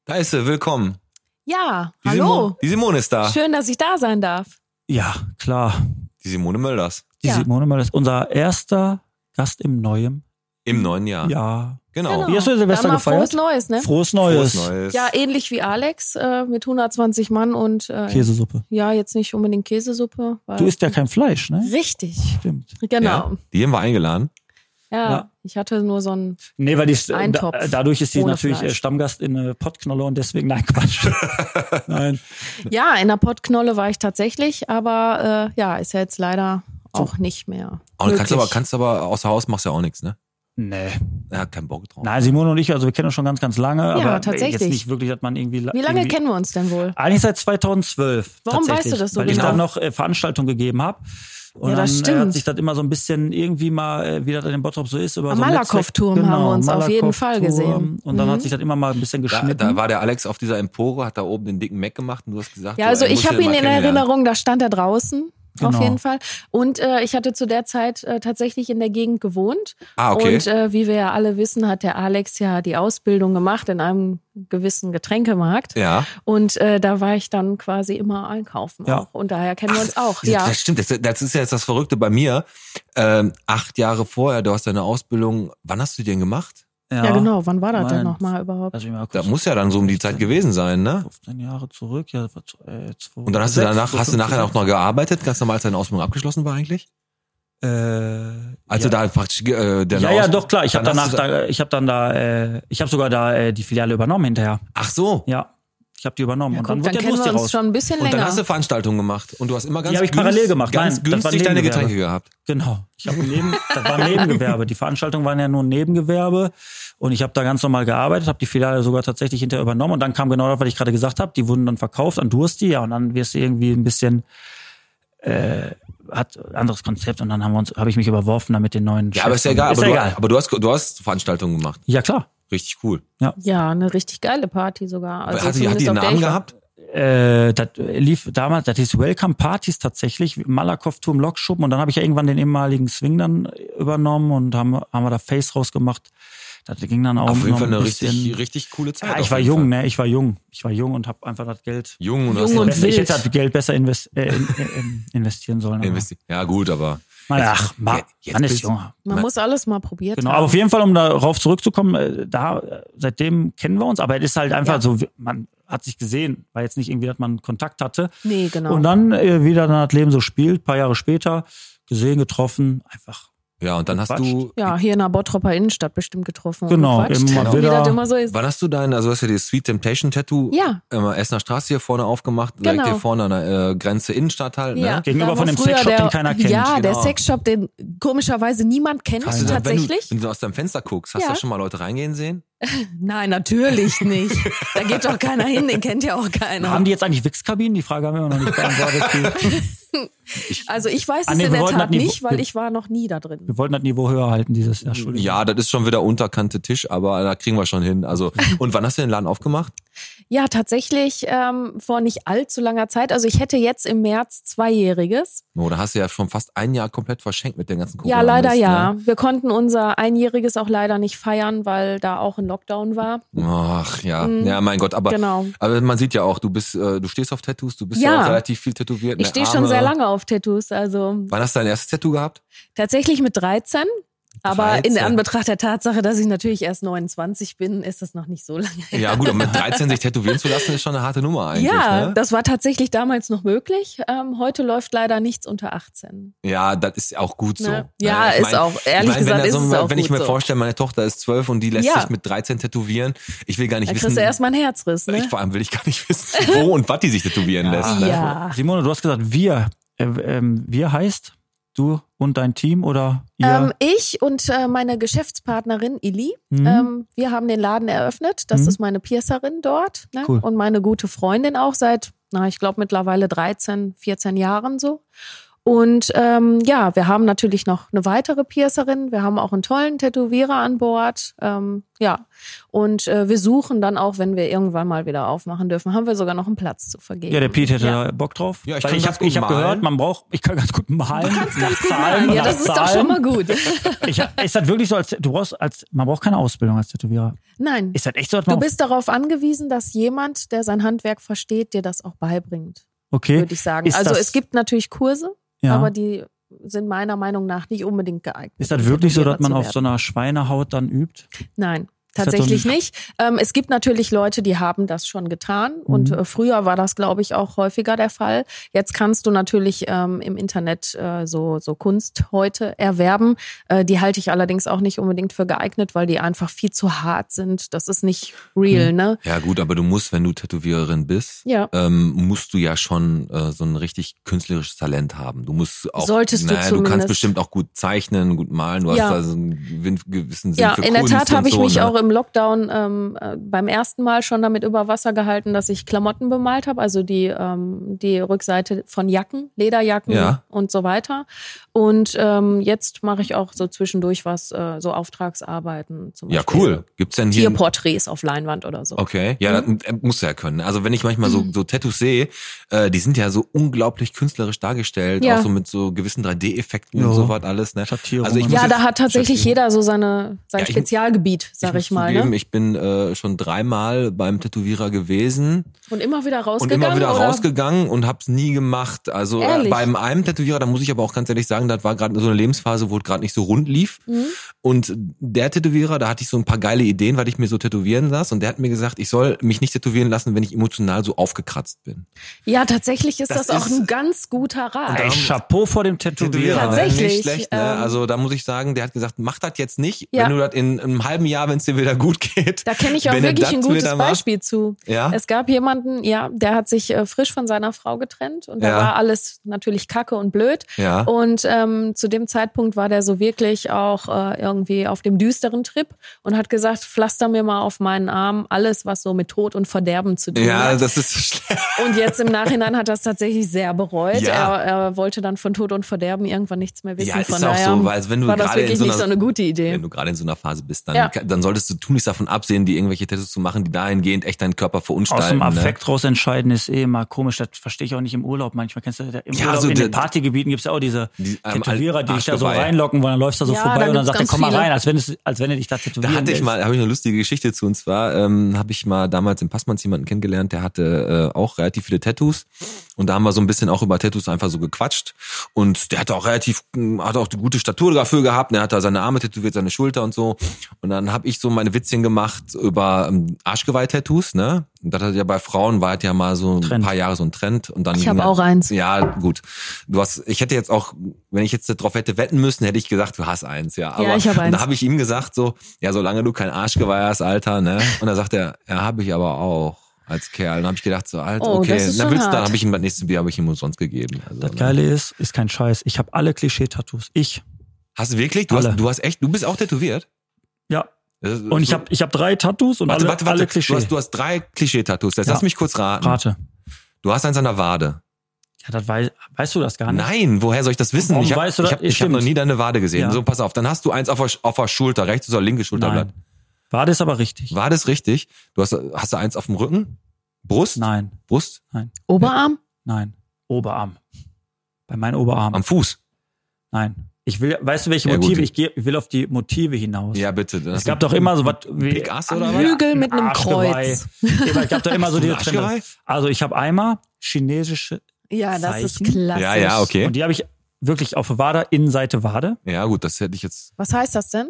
Da ist sie, willkommen. Ja, Die Simone, hallo. die Simone ist da. Schön, dass ich da sein darf. Ja, klar. Die Simone Mölders. Die Ja. Simone mal ist unser erster Gast im neuen Im neuen Jahr. Jahr. Genau. Wie hast du Silvester Dann mal gefeiert? Frohes Neues, ne? Frohes Frohes Neues. Neues. Ja, ähnlich wie Alex äh, mit 120 Mann und äh, Käsesuppe. ja, jetzt nicht unbedingt Käsesuppe. Weil Du isst ja kein Fleisch, ne? Richtig, Stimmt. genau. Ja, die haben wir eingeladen. Ja. Ja. ich hatte nur so ein. Nee, weil die, äh, Ein da, Topf. dadurch ist sie Ohne natürlich Fleisch. äh, Stammgast in äh, Pottknolle und deswegen, [laughs] nein, Quatsch. nein, Ja, in der Pottknolle war ich tatsächlich, aber äh, ja, ist ja jetzt leider auch nicht mehr. Und kannst möglich. aber, kannst aber außer Haus machst ja auch nichts, ne? nee. Er hat keinen Bock drauf. Nein, Simone und ich, also wir kennen uns schon ganz, ganz lange, aber tatsächlich. jetzt nicht wirklich, dass man irgendwie... wie lange irgendwie, kennen wir uns denn wohl? Eigentlich seit 2012. Warum weißt tatsächlich, du das so Weil ich genau? da noch äh, Veranstaltungen gegeben habe. Und Ja, das dann äh, stimmt. hat sich das immer so ein bisschen irgendwie mal, äh, wie das in dem Bottrop so ist. Über Am so ein Malakow-Turm Netzwerk- haben wir uns auf jeden Fall Malakow-Turm. gesehen. Und dann Mhm. hat sich das immer mal ein bisschen Da, geschnitten. da war der Alex auf dieser Empore, hat da oben den dicken Mac gemacht und du hast gesagt, Ja, so, also ey, musst ich du mal habe ihn in kennenlernen. Erinnerung, da stand er draußen. Genau. Auf jeden Fall. Und äh, ich hatte zu der Zeit äh, tatsächlich in der Gegend gewohnt. Ah, okay. Und äh, wie wir ja alle wissen, hat der Alex ja die Ausbildung gemacht in einem gewissen Getränkemarkt. Ja. Und äh, da war ich dann quasi immer einkaufen Ja. auch. Und daher kennen wir uns auch. Ja. Ja. Das stimmt, das, das ist ja jetzt das Verrückte bei mir. Ähm, acht Jahre vorher, du hast deine Ausbildung, wann hast du die denn gemacht? ja, genau. Wann war das Meins. denn nochmal überhaupt? Lass mich mal kurz Da muss ja dann so um die Zeit gewesen sein, ne? 15 Jahre zurück, ja, das war zu- äh, zwei, Und dann hast du sechs, danach, so hast du nachher auch 15. noch gearbeitet, ganz normal, als deine Ausbildung abgeschlossen war eigentlich? Äh, Also ja. da praktisch äh, deine ja, ja, Aus- doch klar. Ich habe dann danach, hast du da- da, ich habe dann da, äh, ich habe sogar da äh, die Filiale übernommen hinterher. Ach so. Ja, ich habe die übernommen Ja, und guck, dann dann wurde der kennen Durst wir uns raus. schon ein bisschen Und dann länger. hast du Veranstaltungen gemacht und du hast immer ganz hab ich parallel gemacht. ganz Nein, das war günstig deine Nebengewerbe. Getränke gehabt. Genau. Ich habe [laughs] neben, das war ein Nebengewerbe. Die Veranstaltungen waren ja nur ein Nebengewerbe und ich habe da ganz normal gearbeitet, habe die Filiale sogar tatsächlich hinterher übernommen und dann kam genau das, was ich gerade gesagt habe. Die wurden dann verkauft an Dursti, ja, und dann wirst du irgendwie ein bisschen äh, hat anderes Konzept und dann haben wir uns, habe ich mich überworfen damit den neuen. Ja, aber ist ja Chef. egal. Ist aber, ja du, egal. aber du hast du hast Veranstaltungen gemacht. Ja klar. Richtig cool. ja, eine richtig geile Party sogar. Also hat die, hat die einen zumindest auf Namen der ich war. gehabt? äh, das lief damals, das hieß Welcome Parties tatsächlich, Malakow-Turm, Lokschuppen und dann habe ich ja irgendwann den ehemaligen Swing dann übernommen und haben, haben wir da Face rausgemacht. Das ging dann auch Auf jeden noch Fall ein eine bisschen, richtig, richtig coole Zeit. ja, auf ich war jeden jung, Fall. ne? Ich war jung. Ich war jung und habe einfach das Geld. Jung und du Jung hast noch und nicht Besser, ich wild. hätte das Geld besser invest, äh, in, in, investieren sollen. aber- investiert. Ja, gut, aber. Mann, ach, man, jetzt- jetzt man ist bist- junger. Man Na- muss alles mal probiert Genau, haben. aber auf jeden Fall, um darauf zurückzukommen, äh, da äh, seitdem kennen wir uns, aber es ist halt einfach Ja. so, wir- man hat sich gesehen, war jetzt nicht irgendwie, dass man Kontakt hatte. Nee, genau. Und dann äh, wieder dann das Leben so spielt, paar Jahre später, gesehen, getroffen, einfach Ja, und dann hast du. Ja, hier in der Bottropper Innenstadt bestimmt getroffen. und Genau, gequatscht, immer Wie wieder. das immer so ist. Wann hast du dein, also hast du dir das Sweet Temptation Tattoo Ja. in der Essener Straße hier vorne aufgemacht, direkt Genau. hier vorne an der äh, Grenze Innenstadt halt, ne? Gegenüber da, wo von dem früher Sexshop, der- den keiner kennt, Ja, der genau. Sexshop, den komischerweise niemand kennt, Hast du da, wenn, du, tatsächlich. wenn du aus deinem Fenster guckst, hast Ja. du da schon mal Leute reingehen sehen? [laughs] Nein, natürlich nicht. da geht doch keiner hin, den kennt ja auch keiner. Haben die jetzt eigentlich Wichskabinen? Die Frage haben wir immer noch nicht [laughs] beantwortet. Die- also ich weiß Ah, es nee, in wir der wollten das Tat nie- nicht, weil ich war noch nie da drin. wir wollten das Niveau höher halten dieses Jahr. Entschuldigung. Ja, das ist schon wieder unterkante Tisch, aber da kriegen wir schon hin. [laughs] Also, und wann hast du den Laden aufgemacht? Ja, tatsächlich ähm, vor nicht allzu langer Zeit. Also ich hätte jetzt im März Zweijähriges. Oh, da hast du ja schon fast ein Jahr komplett verschenkt mit den ganzen Corona. Ja, leider Mist, ja. Ne? Wir konnten unser Einjähriges auch leider nicht feiern, weil da auch ein Lockdown war. Ach ja, Mhm. ja, mein Gott, aber, Genau. aber man sieht ja auch, du bist, äh, du stehst auf Tattoos, du bist ja, Ja. auch relativ viel tätowiert. Ich ne, stehe schon Arme. sehr lange auf Tattoos, also Wann hast du dein erstes Tattoo gehabt? tatsächlich mit 13. Aber 13. in Anbetracht der Tatsache, dass ich natürlich erst 29 bin, ist das noch nicht so lange. her. Ja, gut, aber mit 13 sich tätowieren zu lassen, ist schon eine harte Nummer [laughs] eigentlich. ja, ne? das war tatsächlich damals noch möglich. Ähm, heute läuft leider nichts unter 18. Ja, das ist auch gut so. Ne? Ja, ich ist auch. Ehrlich wenn gesagt da so, ist es auch Wenn ich gut mir so. vorstelle, meine Tochter ist 12 und die lässt Ja. sich mit 13 tätowieren, ich will gar nicht Da wissen. kriegst du erstmal einen Herzriss, ne? ich, vor allem will ich gar nicht wissen, wo und was die sich tätowieren lässt. Ne? Ja. Simone, du hast gesagt, wir. Äh, ähm, wir heißt du und dein Team oder ihr? Ähm, ich und äh, meine Geschäftspartnerin Ili, Mhm. ähm, wir haben den Laden eröffnet. Das Mhm. ist meine Piercerin dort ne? Cool. und meine gute Freundin auch seit, na, ich glaube mittlerweile 13, 14 Jahren so. Und ähm, ja, wir haben natürlich noch eine weitere Piercerin. Wir haben auch einen tollen Tätowierer an Bord. Ähm, ja, und äh, wir suchen dann auch, wenn wir irgendwann mal wieder aufmachen dürfen, haben wir sogar noch einen Platz zu vergeben. ja, der Pete hätte Ja. da Bock drauf. Ja, ich Weil kann ich ganz habe gut ich hab malen. gehört, man braucht, ich kann ganz gut malen. Du kannst ganz gut Ah, ja, das ist doch schon mal gut. Ich, ist das wirklich so, als du brauchst, als man braucht keine Ausbildung als Tätowierer? Nein. Ist das echt so, dass man Du bist darauf angewiesen, dass jemand, der sein Handwerk versteht, dir das auch beibringt, okay? würde ich sagen. Ist Also das- es gibt natürlich Kurse, ja. aber die sind meiner Meinung nach nicht unbedingt geeignet. ist das um wirklich so, dass Tätowierer man zu auf werden. so einer Schweinehaut dann übt? Nein, das so ein- tatsächlich nicht. Ähm, es gibt natürlich Leute, die haben das schon getan. Mhm. Und äh, früher war das, glaube ich, auch häufiger der Fall. Jetzt kannst du natürlich ähm, im Internet äh, so, so Kunst heute erwerben. Äh, die halte ich allerdings auch nicht unbedingt für geeignet, weil die einfach viel zu hart sind. Das ist nicht real, Mhm. ne? Ja, gut, aber du musst, wenn du Tätowiererin bist, Ja. ähm, musst du ja schon äh, so ein richtig künstlerisches Talent haben. Du musst auch. Solltest du naja, du kannst zumindest. bestimmt auch gut zeichnen, gut malen. Du Ja. hast da so einen gewin- gewissen Sinn Ja, für in der Kunst Tat und habe ich so, mich ne? auch im Lockdown ähm, äh, beim ersten Mal schon damit über Wasser gehalten, dass ich Klamotten bemalt habe, also die, ähm, die Rückseite von Jacken, Lederjacken Ja. und so weiter. Und ähm, jetzt mache ich auch so zwischendurch was, äh, so Auftragsarbeiten zum Ja, Beispiel. cool. Gibt's denn hier? Tierporträts auf Leinwand oder so. Okay, ja, Mhm. das äh, muss ja können. Also wenn ich manchmal so, so Tattoos sehe, äh, die sind ja so unglaublich künstlerisch dargestellt, Ja. auch so mit so gewissen 3D-Effekten Ja. und sowas alles. Ne? Schattierungen Also ich und muss so. Ja, jetzt- da hat tatsächlich Schattierungen. jeder so seine, sein Ja, ich mu- Spezialgebiet, sag ich, muss mal. zugeben, Ne? Ich bin äh, schon dreimal beim Tätowierer gewesen Und immer wieder und rausgegangen. immer wieder oder? rausgegangen und hab's nie gemacht. Also äh, Ehrlich? beim einem Tätowierer, da muss ich aber auch ganz ehrlich sagen, das war gerade so eine Lebensphase, wo es gerade nicht so rund lief. Mhm. Und der Tätowierer, da hatte ich so ein paar geile Ideen, weil ich mir so tätowieren lasse und der hat mir gesagt, ich soll mich nicht tätowieren lassen, wenn ich emotional so aufgekratzt bin. ja, tatsächlich ist Das das, auch ist- ein ganz guter Rat. Ey, Chapeau vor dem Tätowierer. Tätowierer, ne? Tatsächlich, Nicht schlecht, ne? ähm, also da muss ich sagen, der hat gesagt, mach das jetzt nicht, Ja. wenn du das in einem halben Jahr, wenn es dir wieder gut geht. Da kenne ich auch wenn du wirklich das ein gutes wieder machst. Beispiel zu. Ja? Es gab jemanden, ja, der hat sich äh, frisch von seiner Frau getrennt und da Ja. war alles natürlich kacke und blöd. Ja. Und ähm, zu dem Zeitpunkt war der so wirklich auch äh, irgendwie auf dem düsteren Trip und hat gesagt, pflaster mir mal auf meinen Arm alles, was so mit Tod und Verderben zu tun Ja, hat. das ist schlecht. Und jetzt im Nachhinein hat er es tatsächlich sehr bereut. Ja. Er, er wollte dann von Tod und Verderben irgendwann nichts mehr wissen. Ja, ist von auch daher so, weil also wenn du war das gerade in wirklich so nicht einer- so eine gute Idee. Wenn du gerade in so einer Phase bist, dann, Ja. dann solltest du tunlichst davon absehen, die irgendwelche Tattoos zu machen, die dahingehend echt deinen Körper verunstalten. Aus dem Ne? Affekt raus entscheiden ist eh immer komisch. Das verstehe ich auch nicht im Urlaub manchmal. Kennst du, da im Ja, Urlaub, so in der- den Partygebieten gibt's ja auch diese Die- ähm, Tätowierer, die dich da so Arschgeweih. reinlocken wollen. Dann läufst du so Ja, vorbei da und dann gibt's sagt er, ganz komm mal viele. rein, als wenn, es, als wenn er dich da Da tätowieren hatte ich lässt. mal, habe ich eine lustige Geschichte zu. Und zwar ähm, habe ich mal damals in Passmanns jemanden kennengelernt, der hatte äh, auch relativ viele Tattoos. Und da haben wir so ein bisschen auch über Tattoos einfach so gequatscht. Und der hatte auch relativ, mh, hat auch eine gute Statur dafür gehabt. Und er hat da seine Arme tätowiert, seine Schulter und so. Und dann habe ich so meine Witzchen gemacht über ähm, Arschgeweih-Tattoos, ne? Und Das hat ja bei Frauen war halt ja mal so ein Trend. paar Jahre so ein Trend und dann Ich ging habe dann- auch eins. Ja, gut. Du hast, ich hätte jetzt auch, wenn ich jetzt drauf hätte wetten müssen, hätte ich gesagt, du hast eins, ja. Aber ich habe und eins. da habe ich ihm gesagt so, ja, solange du kein Arschgeweih hast, Alter, ne? Und da sagt er, ja, habe ich aber auch als Kerl. Und dann habe ich gedacht so, Alter, Oh, okay, das ist dann schon willst du, dann hart. habe ich ihm das nächste Bier habe ich ihm umsonst gegeben. Also, Das ne? Geile ist, ist kein Scheiß. Ich habe alle Klischee-Tattoos. Ich. Hast du wirklich? Du Alle. hast, du hast echt, du bist auch tätowiert. Ja. Das ist- Und ich habe ich hab drei Tattoos und Warte, alle, warte, warte. alle Klischee. Du hast, du hast drei Klischee-Tattoos. Jetzt Ja. lass mich kurz raten. Rate. Du hast eins an der Wade. Ja, das weiß, weißt du das gar nicht? Nein, woher soll ich das wissen? Warum ich habe weißt du das? hab, ich hab Stimmt. noch nie deine Wade gesehen. Ja. So, pass auf. Dann hast du eins auf der, auf der Schulter, rechts oder linke Schulterblatt. Nein. War das aber richtig? War das richtig? Du hast, hast du eins auf dem Rücken? Brust? Nein, Brust? Oberarm? nein. Oberarm. Bei meinem Oberarm. Am Fuß? Nein. Ich will, weißt du, welche Ja, gut. Motive? Ich, geh, ich will auf die Motive hinaus. Ja, bitte. Dann Es hast gab du- doch immer so was wie. Big Ass oder was? Hügel mit einem Arschgeweih. Kreuz. Nee, aber Es gab doch [laughs] immer Hast so du diese ein Trennung. Arschgeweih? Also ich habe einmal chinesische Ja, das ist Zeichen. klassisch. Ja, ja, okay. und die habe ich wirklich auf der Wade, Innenseite Wade. Ja, gut, das hätte ich jetzt. Was heißt das denn?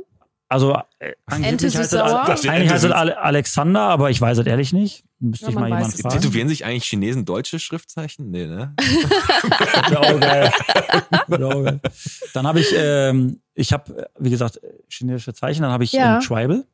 Also äh, Ente angeblich süß heißt es, sauer? Da steht eigentlich Ente heißt es süß. Ale Alexander, aber ich weiß es ehrlich nicht. Müsste Ja, ich mal man jemanden weiß es fragen. Tätowieren sich eigentlich Chinesen deutsche Schriftzeichen? Nee, ne? [laughs] Ja, auch geil. [laughs] Ja, auch geil. Dann habe ich, ähm, ich habe, wie gesagt, äh, chinesische Zeichen. Dann habe ich Ja. ähm, Tribal.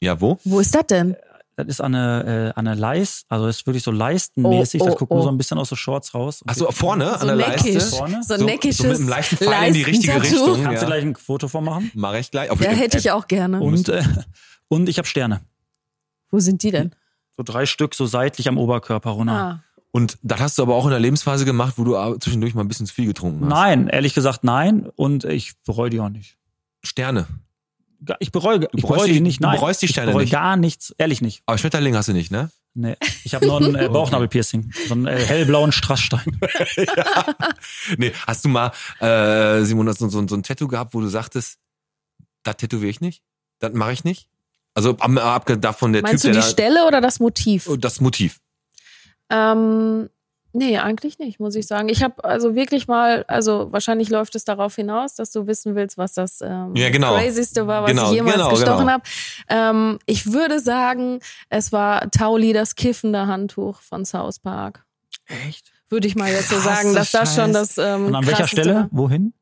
Ja, wo? Wo ist das denn? Das ist an eine, äh, an eine Leist, also ist wirklich so leistenmäßig. Oh, oh, das guckt nur oh. so ein bisschen aus den Shorts raus. Ach so, vorne an der neckisch. Leiste? Vorne? So ein So- so neckisches mit einem leichten Pfeil in die richtige Leistentattoo. Richtung. Kannst Ja. du gleich ein Foto von machen? Mach ich gleich. Auf, Ja, hätte ich auch gerne. Oh. Und, äh, und ich habe Sterne. Wo sind die denn? So drei Stück so seitlich am Oberkörper runter. Ah, Und das hast du aber auch in der Lebensphase gemacht, wo du aber zwischendurch mal ein bisschen zu viel getrunken hast. Nein, ehrlich gesagt nein. Und ich bereue die auch nicht. Sterne. Gar- Ich bereue, ich bereust bereue die, die- nicht. du Nein, bereust die Sterne ich bereue nicht. gar nichts. Ehrlich nicht. Aber Schmetterling hast du nicht, ne? Nee. Ich habe nur [laughs] ein äh, Bauchnabelpiercing. So einen äh, hellblauen Strassstein. Nee, hast du mal, äh, Simon, hast du so, so ein Tattoo gehabt, wo du sagtest, das tätowiere ich nicht? Das mache ich nicht? Also ab- abgesehen davon der meinst Typ, du die der Stelle oder das Motiv? da, das Motiv. Ähm, nee, eigentlich nicht, muss ich sagen. Ich habe also wirklich mal, also wahrscheinlich läuft es darauf hinaus, dass du wissen willst, was das ähm, Ja, genau. Crazyste war, was Genau, ich jemals genau, gestochen genau. hab. habe. Ähm, ich würde sagen, es war Tauli das kiffende Handtuch von South Park. Echt? Würde ich mal jetzt so Krasse sagen, dass das schon das Scheiße. ähm, Und an welcher krasseste Stelle? Wohin?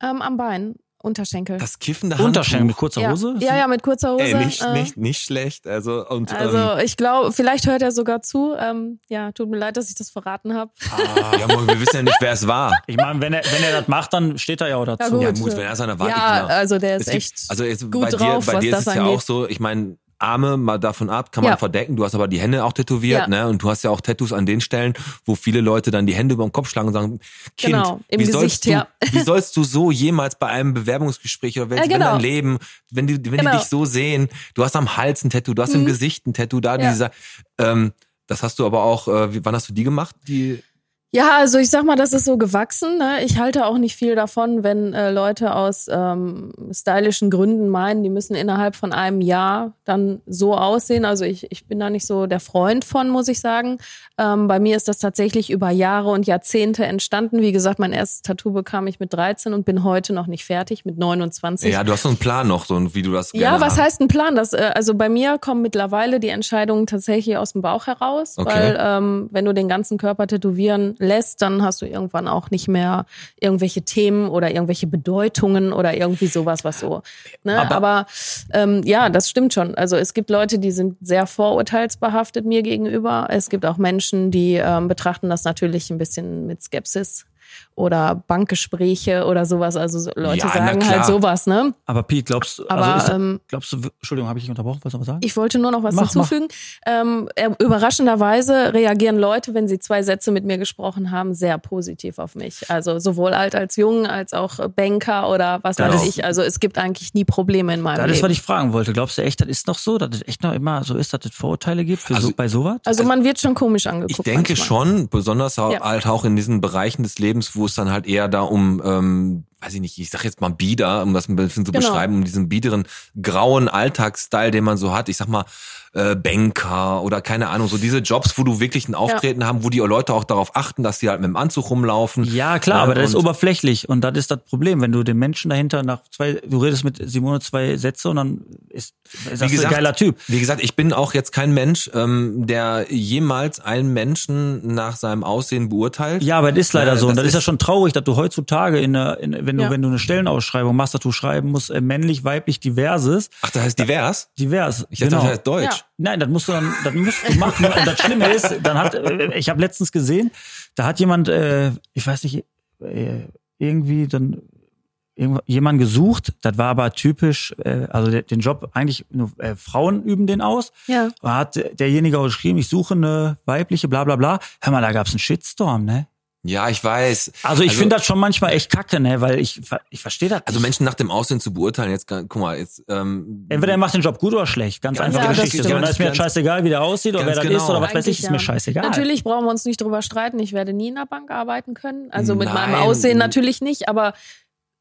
War. Ähm, am Bein, Unterschenkel. Das kiffende Unterschenkel mit Handtuch. kurzer Hose? Ja, ja, ja, mit kurzer Hose. Ey, nicht, äh, nicht, nicht schlecht. Also, und, ähm, Also ich glaube, vielleicht hört er sogar zu. Ähm, ja, tut mir leid, dass ich das verraten habe. ah, ja, Mann, wir wissen ja nicht, wer es war. Ich meine, wenn er, wenn er das macht, dann steht er ja auch dazu. Ja, Ja, Gut. gut, wenn er seine Warte Ja, genau. also der Es ist gibt- echt. also jetzt gut bei dir, drauf, bei was dir ist das es ja angeht. auch so, ich meine, Arme mal davon ab, kann man Ja. verdecken, du hast aber die Hände auch tätowiert, Ja. ne? Und du hast ja auch Tattoos an den Stellen, wo viele Leute dann die Hände über den Kopf schlagen und sagen, Kind, Genau, im wie, Gesicht, sollst du, ja. [laughs] wie sollst du [laughs] so jemals bei einem Bewerbungsgespräch oder wenn, Ja, genau. wenn dein Leben, wenn die, wenn Genau. Mhm. die dich so sehen, du hast am Hals ein Tattoo, du hast im Gesicht ein Tattoo, da Ja. dieser, ähm, das hast du aber auch, äh, wie, wann hast du die gemacht? Die Ja, also ich sag mal, das ist so gewachsen. Ne? Ich halte auch nicht viel davon, wenn äh, Leute aus ähm, stylischen Gründen meinen, die müssen innerhalb von einem Jahr dann so aussehen. Also ich, ich bin da nicht so der Freund von, muss ich sagen. Ähm, bei mir ist das tatsächlich über Jahre und Jahrzehnte entstanden. Wie gesagt, mein erstes Tattoo bekam ich mit 13 und bin heute noch nicht fertig, mit 29. ja, du hast so einen Plan noch, so ein, wie du das Ja, gerne was haben- heißt ein Plan? Das, äh, also bei mir kommen mittlerweile die Entscheidungen tatsächlich aus dem Bauch heraus, Okay. weil ähm, wenn du den ganzen Körper tätowieren lässt, dann hast du irgendwann auch nicht mehr irgendwelche Themen oder irgendwelche Bedeutungen oder irgendwie sowas, was so. Ne? Aber, Aber- ähm, ja, das stimmt schon. Also es gibt Leute, die sind sehr vorurteilsbehaftet mir gegenüber. Es gibt auch Menschen, die ähm, betrachten das natürlich ein bisschen mit Skepsis. Oder Bankgespräche oder sowas. Also so- Leute Ja, na sagen klar. halt sowas, ne? Aber Pete, glaubst du, Aber also ist, ähm, glaubst du, Entschuldigung, habe ich dich unterbrochen? Wolltest du was sagen? Ich wollte nur noch was Mach, hinzufügen. Ähm, äh, überraschenderweise reagieren Leute, wenn sie zwei Sätze mit mir gesprochen haben, sehr positiv auf mich. Also sowohl alt als jung, als auch äh, Banker oder was Das weiß ist- ich. Also es gibt eigentlich nie Probleme in meinem das ist, Leben. was ich fragen wollte. Glaubst du echt, das ist noch so, dass es echt noch immer so ist, dass es Vorurteile gibt für so, Also- bei sowas? also man wird schon komisch angeguckt. Ich denke manchmal. schon, besonders au- Ja. halt auch in diesen Bereichen des Lebens, wo es dann halt eher da um ähm, weiß ich nicht, ich sag jetzt mal bieder, um das ein bisschen zu Genau. beschreiben, um diesen biederen, grauen Alltagsstyle, den man so hat. Ich sag mal, äh, Banker oder keine Ahnung, so diese Jobs, wo du wirklich ein Auftreten haben, wo die Leute auch darauf achten, dass die halt mit dem Anzug rumlaufen. also Ja, klar, Ja, aber das ist und- oberflächlich und das ist das Problem, wenn du den Menschen dahinter nach zwei, du redest mit Simone zwei Sätze und dann ist, ist das ein geiler Typ. Wie gesagt, ich bin auch jetzt kein Mensch, ähm, der jemals einen Menschen nach seinem Aussehen beurteilt. Ja, aber das ist leider Ja, so. Und das das ist, ja ist- schon traurig, dass du heutzutage in der, in, wenn du, Ja. wenn du eine Stellenausschreibung machst, dass du schreiben musst, äh, männlich, weiblich, diverses, Ach, das heißt divers? divers. Genau. Ich dachte, das heißt deutsch. Ja. Nein, das musst du dann, das musst du machen. Und das Schlimme ist, dann hat, äh, ich habe letztens gesehen, da hat jemand, äh, ich weiß nicht, äh, irgendwie dann irgendw- jemand gesucht. Das war aber typisch, äh, also de- den Job eigentlich nur äh, Frauen üben den aus. Ja. Da hat derjenige auch geschrieben, ich suche eine weibliche, bla bla bla. Hör mal, da gab's einen Shitstorm, ne? Ja, ich weiß. Also ich finde das schon manchmal echt kacke, ne? Weil ich ver- ich verstehe das. Also nicht. Menschen nach dem Aussehen zu beurteilen, jetzt, gar- guck mal, jetzt, ähm, Entweder er macht den Job gut oder schlecht. Ganz Ganz einfache genau, das Geschichte. stimmt. So, dann ist mir Ganz- scheißegal, wie der aussieht oder ganz wer das genau. ist oder was weiß Eigentlich ich, ist mir ja. scheißegal. Natürlich brauchen wir uns nicht drüber streiten. Ich werde nie in der Bank arbeiten können. Also mit meinem Nein. Aussehen natürlich nicht, aber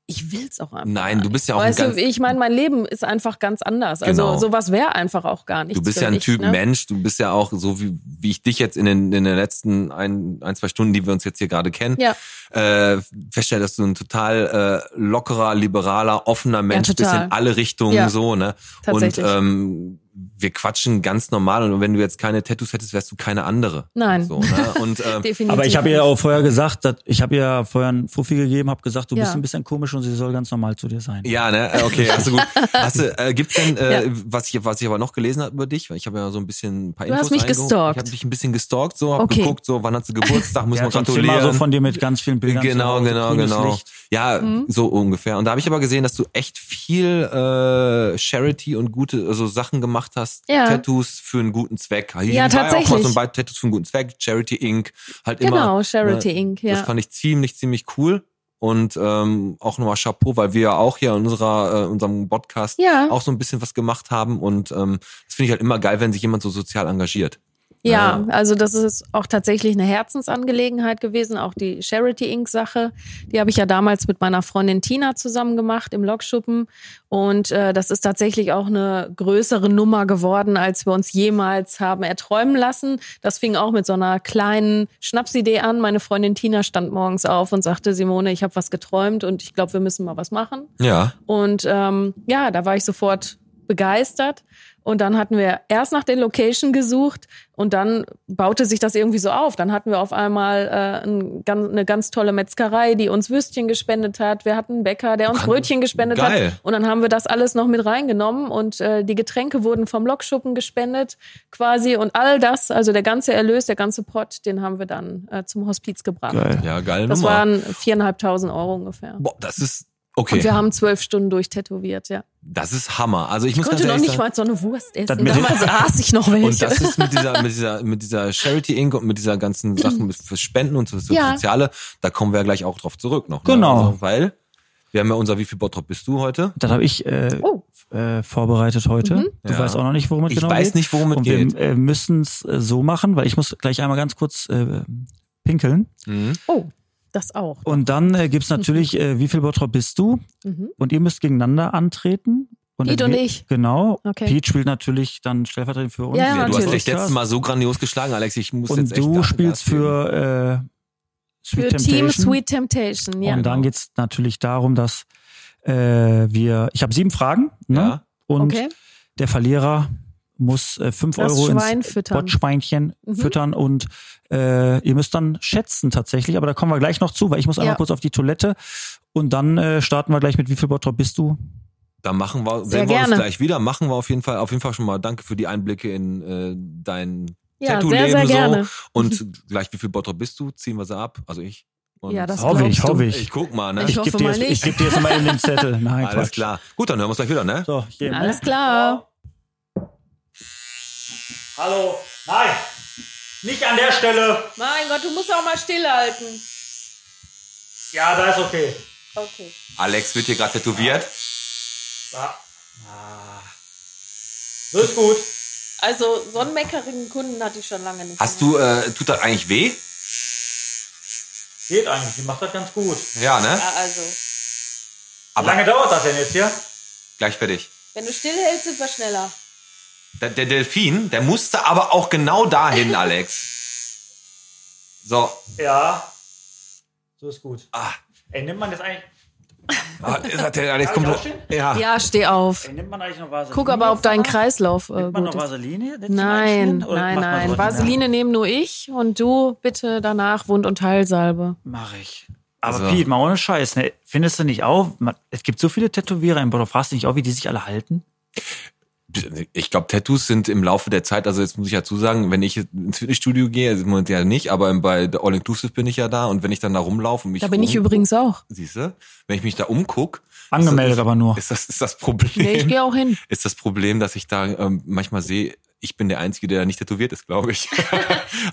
ich will's auch einfach. nein, du bist ja auch ein Weißt ganz, du, ich meine, mein Leben ist einfach ganz anders. Also Genau. sowas wäre einfach auch gar nicht. du bist ja ein ne? Typ Mensch, du bist ja auch so wie, wie ich dich jetzt in den, in den letzten ein, ein, zwei Stunden, die wir uns jetzt hier gerade kennen, Ja. äh, feststelle, dass du ein total äh, lockerer, liberaler, offener Mensch bist total. in alle Richtungen Ja. so, ne? Und Tatsächlich. ähm, wir quatschen ganz normal und wenn du jetzt keine Tattoos hättest, wärst du keine andere. Nein. So, ne? Und [laughs] ähm, Definitiv. Aber ich habe ihr auch vorher gesagt, dass, ich habe ihr vorher einen Fuffi gegeben, habe gesagt, du Ja. bist ein bisschen komisch und sie soll ganz normal zu dir sein. Ja, ne, Äh, okay, hast du [laughs] gut. Hast du, äh, gibt's denn, äh, Ja. was ich, was ich aber noch gelesen habe über dich, weil ich habe ja so ein bisschen ein paar Du Infos hast mich eingeholt. gestalkt. Ich habe dich ein bisschen gestalkt, so, hab Okay. geguckt, so, wann hat sie Geburtstag, muss Der man hat so ein Zimmer gratulieren. so von dir mit ganz vielen Bildern. zu genau, Hause, genau, grünes genau. Licht. Ja, Mhm. so ungefähr. Und da habe ich aber gesehen, dass du echt viel äh, Charity und gute, also Sachen gemacht hast, Ja. Tattoos für einen guten Zweck. Ich Ja, war auch mal so tatsächlich. bei Tattoos für einen guten Zweck, Charity Inc. Halt immer. Genau, Charity ne, Inc. Das Ja. fand ich ziemlich, ziemlich cool. Und ähm, auch nochmal Chapeau, weil wir ja auch hier in unserer, äh, unserem Podcast Ja. auch so ein bisschen was gemacht haben. Und ähm, das finde ich halt immer geil, wenn sich jemand so sozial engagiert. Ja, Ja. also das ist auch tatsächlich eine Herzensangelegenheit gewesen, auch die Charity Inc. Sache. Die habe ich ja damals mit meiner Freundin Tina zusammen gemacht im Lokschuppen. Und äh, das ist tatsächlich auch eine größere Nummer geworden, als wir uns jemals haben erträumen lassen. Das fing auch mit so einer kleinen Schnapsidee an. Meine Freundin Tina stand morgens auf und sagte, Simone, ich habe was geträumt und ich glaube, wir müssen mal was machen. Ja. Und ähm, ja, da war ich sofort begeistert. Und dann hatten wir erst nach den Location gesucht und dann baute sich das irgendwie so auf. Dann hatten wir auf einmal äh, ein, gan- eine ganz tolle Metzgerei, die uns Würstchen gespendet hat. Wir hatten einen Bäcker, der uns Kann- Brötchen gespendet Geil. hat. Und dann haben wir das alles noch mit reingenommen und äh, die Getränke wurden vom Lokschuppen gespendet quasi. Und all das, also der ganze Erlös, der ganze Pott, den haben wir dann äh, zum Hospiz gebracht. Geil. Ja, geile Das Nummer. waren viereinhalbtausend Euro ungefähr. Boah, das ist, Und okay, wir haben zwölf Stunden durchtätowiert, ja. das ist Hammer. Also ich, muss Ich ganz konnte noch ehrlich nicht sagen, mal so eine Wurst essen. Das mit den- Damals aß ich [laughs] noch und welche. das ist mit dieser, mit dieser, mit dieser Charity Inc. und mit dieser [clears throat] ganzen Sachen mit für Spenden und so so Ja. Soziale, da kommen wir ja gleich auch drauf zurück noch. Genau. Ne? Also, weil wir haben ja unser, wie viel Bottrop bist du heute? Das habe ich äh, Oh. Mhm. äh, vorbereitet heute. Du Ja. weißt auch noch nicht, worum es Ich genau weiß geht. nicht, worum es Und geht. wir äh, müssen es äh, so machen, weil ich muss gleich einmal ganz kurz äh, pinkeln. Mhm. oh, das auch. Und dann äh, gibt's natürlich, äh, wie viel Bottrop bist du? Mhm. Und ihr müsst gegeneinander antreten. Piet und entwe- ich. Genau. Okay. Pete spielt natürlich dann stellvertretend für uns. Ja, Ja, du hast natürlich. dich letztes Mal so grandios geschlagen, Alex. Ich muss Und jetzt echt du Gas spielst geben. für äh, Sweet Für Temptation. Team Sweet Temptation, ja. Und dann geht's natürlich darum, dass äh, wir. Ich habe sieben Fragen. Ne? Ja. Und Okay. der Verlierer muss äh, fünf Das Euro Schwein ins füttern. Bottschweinchen Mhm. füttern und äh, ihr müsst dann schätzen tatsächlich, aber da kommen wir gleich noch zu, weil ich muss einmal Ja. kurz auf die Toilette und dann äh, starten wir gleich mit wie viel Bottrop bist du? Da machen wir, Sehr sehen wir uns gerne. gleich wieder. Machen wir auf jeden Fall, auf jeden Fall schon mal danke für die Einblicke in äh, dein Ja, Tattoo-Leben sehr, sehr gerne. so. [laughs] Und gleich, wie viel Bottrop bist du? Ziehen wir sie ab. Also ich. Und Ja, das Hoffe ich, glaubst du. hoffe ich guck mal, ne? Ich geb hoffe dir mal jetzt, Ich nicht. gebe dir jetzt mal in den [laughs] Zettel. Nein, Alles Quatsch. klar. Gut, dann hören wir uns gleich wieder, ne? So, hier, ne? Alles klar. Hallo. Nein. Nicht an der Stelle. Mein Gott, du musst auch mal stillhalten. Ja, da ist okay. Okay. Alex wird hier gerade tätowiert. Ah. So ist gut. Also sonnenmeckerigen Kunden hatte ich schon lange nicht. Hast du, äh, tut das eigentlich weh? Geht eigentlich. Die macht das ganz gut. Ja, ne? also Wie lange dauert das denn jetzt hier? Gleich fertig. Wenn du stillhältst, sind wir schneller. Der, der Delfin, der musste aber auch genau dahin, Alex. So, Ja. So ist gut. ah, Ey, nimmt man jetzt eigentlich, [laughs] ah, ist das der Alex Darf ich kommt. aufstehen? Ja. Ja, steh auf. ey, nimmt man eigentlich noch Vaseline? Guck aber, ob dein Kreislauf äh, Nimmt man gut noch ist. Vaseline? jetzt zum Nein, Einschmieren? Oder nein, macht man nein. so- Vaseline nehmen nur ich und du bitte danach Wund- und Heilsalbe. Mach ich. Aber So. Piet, mal ohne Scheiß, ne? findest du nicht auch, man, es gibt so viele Tätowierer in Bordeaux, fragst du nicht auch, wie die sich alle halten? Ich glaube, Tattoos sind im Laufe der Zeit, also jetzt muss ich dazu sagen, wenn ich ins Fitnessstudio gehe, also im Moment ja nicht, aber bei der All Inclusive bin ich ja da und wenn ich dann da rumlaufe und mich Da bin ich um- übrigens auch. siehst du, wenn ich mich da umguck, Angemeldet aber nur. ist das ist das Problem. [laughs] Nee, ich gehe auch hin. ist das Problem, dass ich da ähm, manchmal sehe, ich bin der Einzige, der da nicht tätowiert ist, glaube ich. [laughs]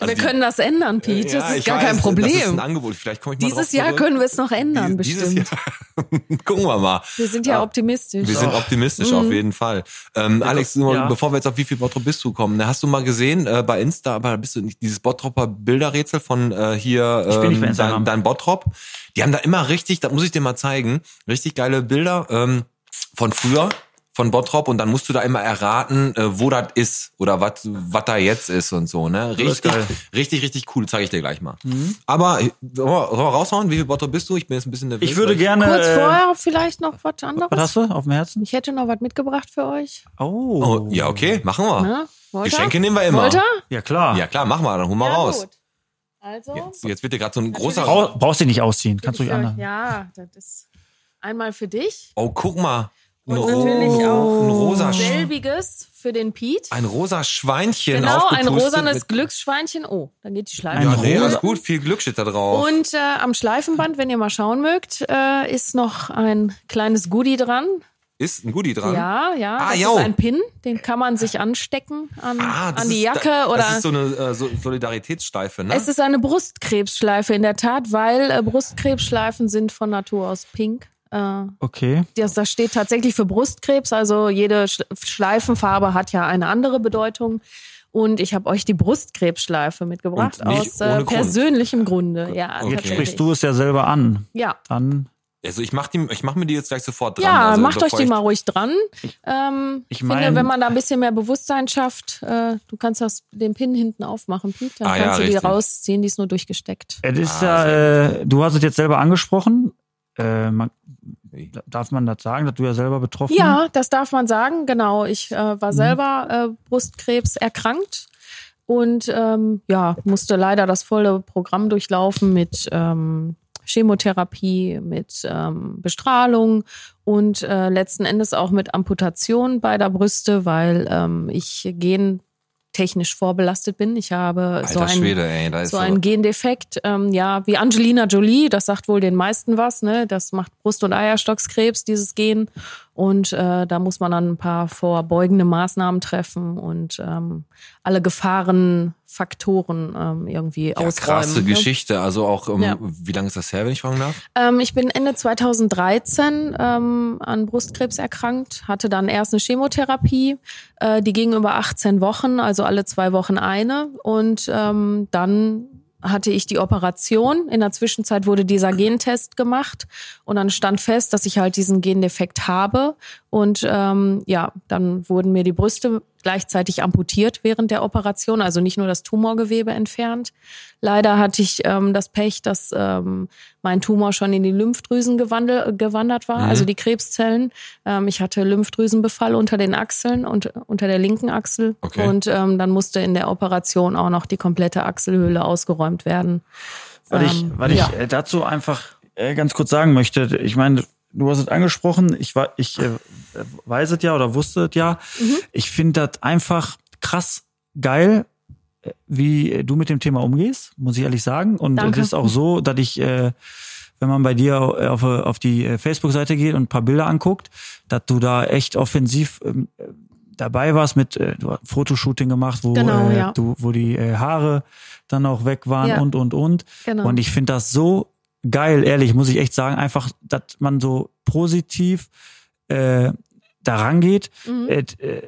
Also wir die- können das ändern, Äh, Pete. ja, das ich ist gar weiß, kein Das ist ein Problem. Angebot. Vielleicht komme ich mal drauf Dieses Jahr zurück. können wir es noch ändern, Die- bestimmt. Dieses Jahr. [laughs] Gucken wir mal. Wir sind ja, Ja. optimistisch. Wir sind optimistisch auf jeden Fall. Ähm, Alex, nur, Mhm. ja. bevor wir jetzt auf wie viel Bottrop bist du kommen, ne, hast du mal gesehen äh, bei Insta, aber bist du nicht dieses Bottropper Bilderrätsel von äh, hier Ich bin nicht bei ähm, dein, Instagram. dein Bottrop? Die haben da immer richtig, da muss ich dir mal zeigen, richtig geile Bilder ähm, von früher von Bottrop und dann musst du da immer erraten, äh, wo das ist oder was was da jetzt ist und so, ne? Das ist Richtig, geil. Mhm. richtig, richtig cool, zeige ich dir gleich mal. Aber äh, sollen wir, sollen wir raushauen, wie viel Bottrop bist du? Ich bin jetzt ein bisschen nervös. Ich würde weil gerne. Kurz äh, vorher vielleicht noch was anderes. Was hast du auf dem Herzen? Ich hätte noch was mitgebracht für euch. Oh. Oh, ja, okay, machen wir. Ne? Wollt ihr? Geschenke nehmen wir immer. Wollt ihr? Ja, klar. Ja klar, mach mal, dann hol mal Ja, raus. gut. Also, Jetzt, jetzt wird dir gerade so ein großer Brau brauchst dich nicht ausziehen. Kannst du dich für- anhören. Ja, das ist einmal für dich. Oh, guck mal. Ein, Und ro- natürlich auch ein rosa Sch- selbiges für den Pete. ein rosa Schweinchen Genau, ein aufgepustet rosanes mit- Glücksschweinchen. Oh, dann geht die Schleife. Ja, Ein nee, rosa- alles gut, viel Glück steht da drauf. Und äh, am Schleifenband, wenn ihr mal schauen mögt, äh, ist noch ein kleines Goodie dran. ist ein Goodie dran. Ja, ja. Ah, das jau. ist ein Pin, den kann man sich anstecken an, Ah, das an die ist, Jacke da- oder. Das ist so eine äh, so Solidaritätssteife, ne? es ist eine Brustkrebsschleife in der Tat, weil äh, Brustkrebsschleifen sind von Natur aus pink. Äh, Okay. das, das steht tatsächlich für Brustkrebs. Also jede Sch Schleifenfarbe hat ja eine andere Bedeutung. Und ich habe euch die Brustkrebsschleife mitgebracht Und nicht aus ohne äh, Grund. persönlichem Grunde. Ja, Okay. Jetzt tatsächlich. sprichst du es ja selber an. Ja, Dann. also ich mach, die, ich mach mir die jetzt gleich sofort dran. ja also macht euch bevor die ich- mal ruhig dran. Ähm, ich ich finde, mein- wenn man da ein bisschen mehr Bewusstsein schafft, äh, du kannst das, den Pin hinten aufmachen, Piet, dann Ah, ja, kannst du richtig. die rausziehen, die ist nur durchgesteckt. Es ist Ah, ja, äh, du hast es jetzt selber angesprochen. Äh, man, darf man das sagen, dass du ja selber betroffen Ja, das darf man sagen, genau. Ich äh, Mhm. war selber äh, Brustkrebs erkrankt und ähm, ja, musste leider das volle Programm durchlaufen mit ähm, Chemotherapie, mit ähm, Bestrahlung und äh, letzten Endes auch mit Amputation beider Brüste, weil ähm, ich gentechnisch vorbelastet bin. Ich habe Alter so einen Schwede, ey, da ist so aber- ein Gendefekt, ähm, ja, wie Angelina Jolie, das sagt wohl den meisten was, ne? Das macht Brust- und Eierstockskrebs, dieses Gen. Und äh, da muss man dann ein paar vorbeugende Maßnahmen treffen und ähm, alle Gefahrenfaktoren ähm, irgendwie ja, ausräumen. krasse ne? Geschichte. Also auch, ähm, Ja. wie lange ist das her, wenn ich fragen darf? Ähm, ich bin Ende 2013 ähm, an Brustkrebs erkrankt, hatte dann erst eine Chemotherapie, äh, die ging über 18 Wochen, also alle zwei Wochen eine. Und ähm, dann hatte ich die Operation. In der Zwischenzeit wurde dieser Gentest gemacht und dann stand fest, dass ich halt diesen Gendefekt habe. Und ähm, ja, dann wurden mir die Brüste gleichzeitig amputiert während der Operation, also nicht nur das Tumorgewebe entfernt. Leider hatte ich ähm, das Pech, dass ähm, mein Tumor schon in die Lymphdrüsen gewandel, gewandert war, Mhm. also die Krebszellen. Ähm, ich hatte Lymphdrüsenbefall unter den Achseln und unter der linken Achsel. Okay. Und ähm, dann musste in der Operation auch noch die komplette Achselhöhle ausgeräumt werden. Weil ich, Ähm, weil ja. ich äh, dazu einfach äh, ganz kurz sagen möchte, ich meine, du hast es angesprochen, ich, wa- ich äh, weiß es ja oder wusste es ja. Mhm. Ich finde das einfach krass geil, äh, wie äh, du mit dem Thema umgehst, muss ich ehrlich sagen. Und Danke. es ist auch so, dass ich, äh, wenn man bei dir auf, äh, auf die äh, Facebook-Seite geht und ein paar Bilder anguckt, dass du da echt offensiv ähm, dabei warst mit äh, du hast ein Fotoshooting gemacht, wo Genau, äh, ja. du, wo die äh, Haare dann auch weg waren Ja. und und und. Genau. Und ich finde das so geil, ehrlich, muss ich echt sagen, einfach, dass man so positiv äh, da rangeht, Mhm. äh, äh,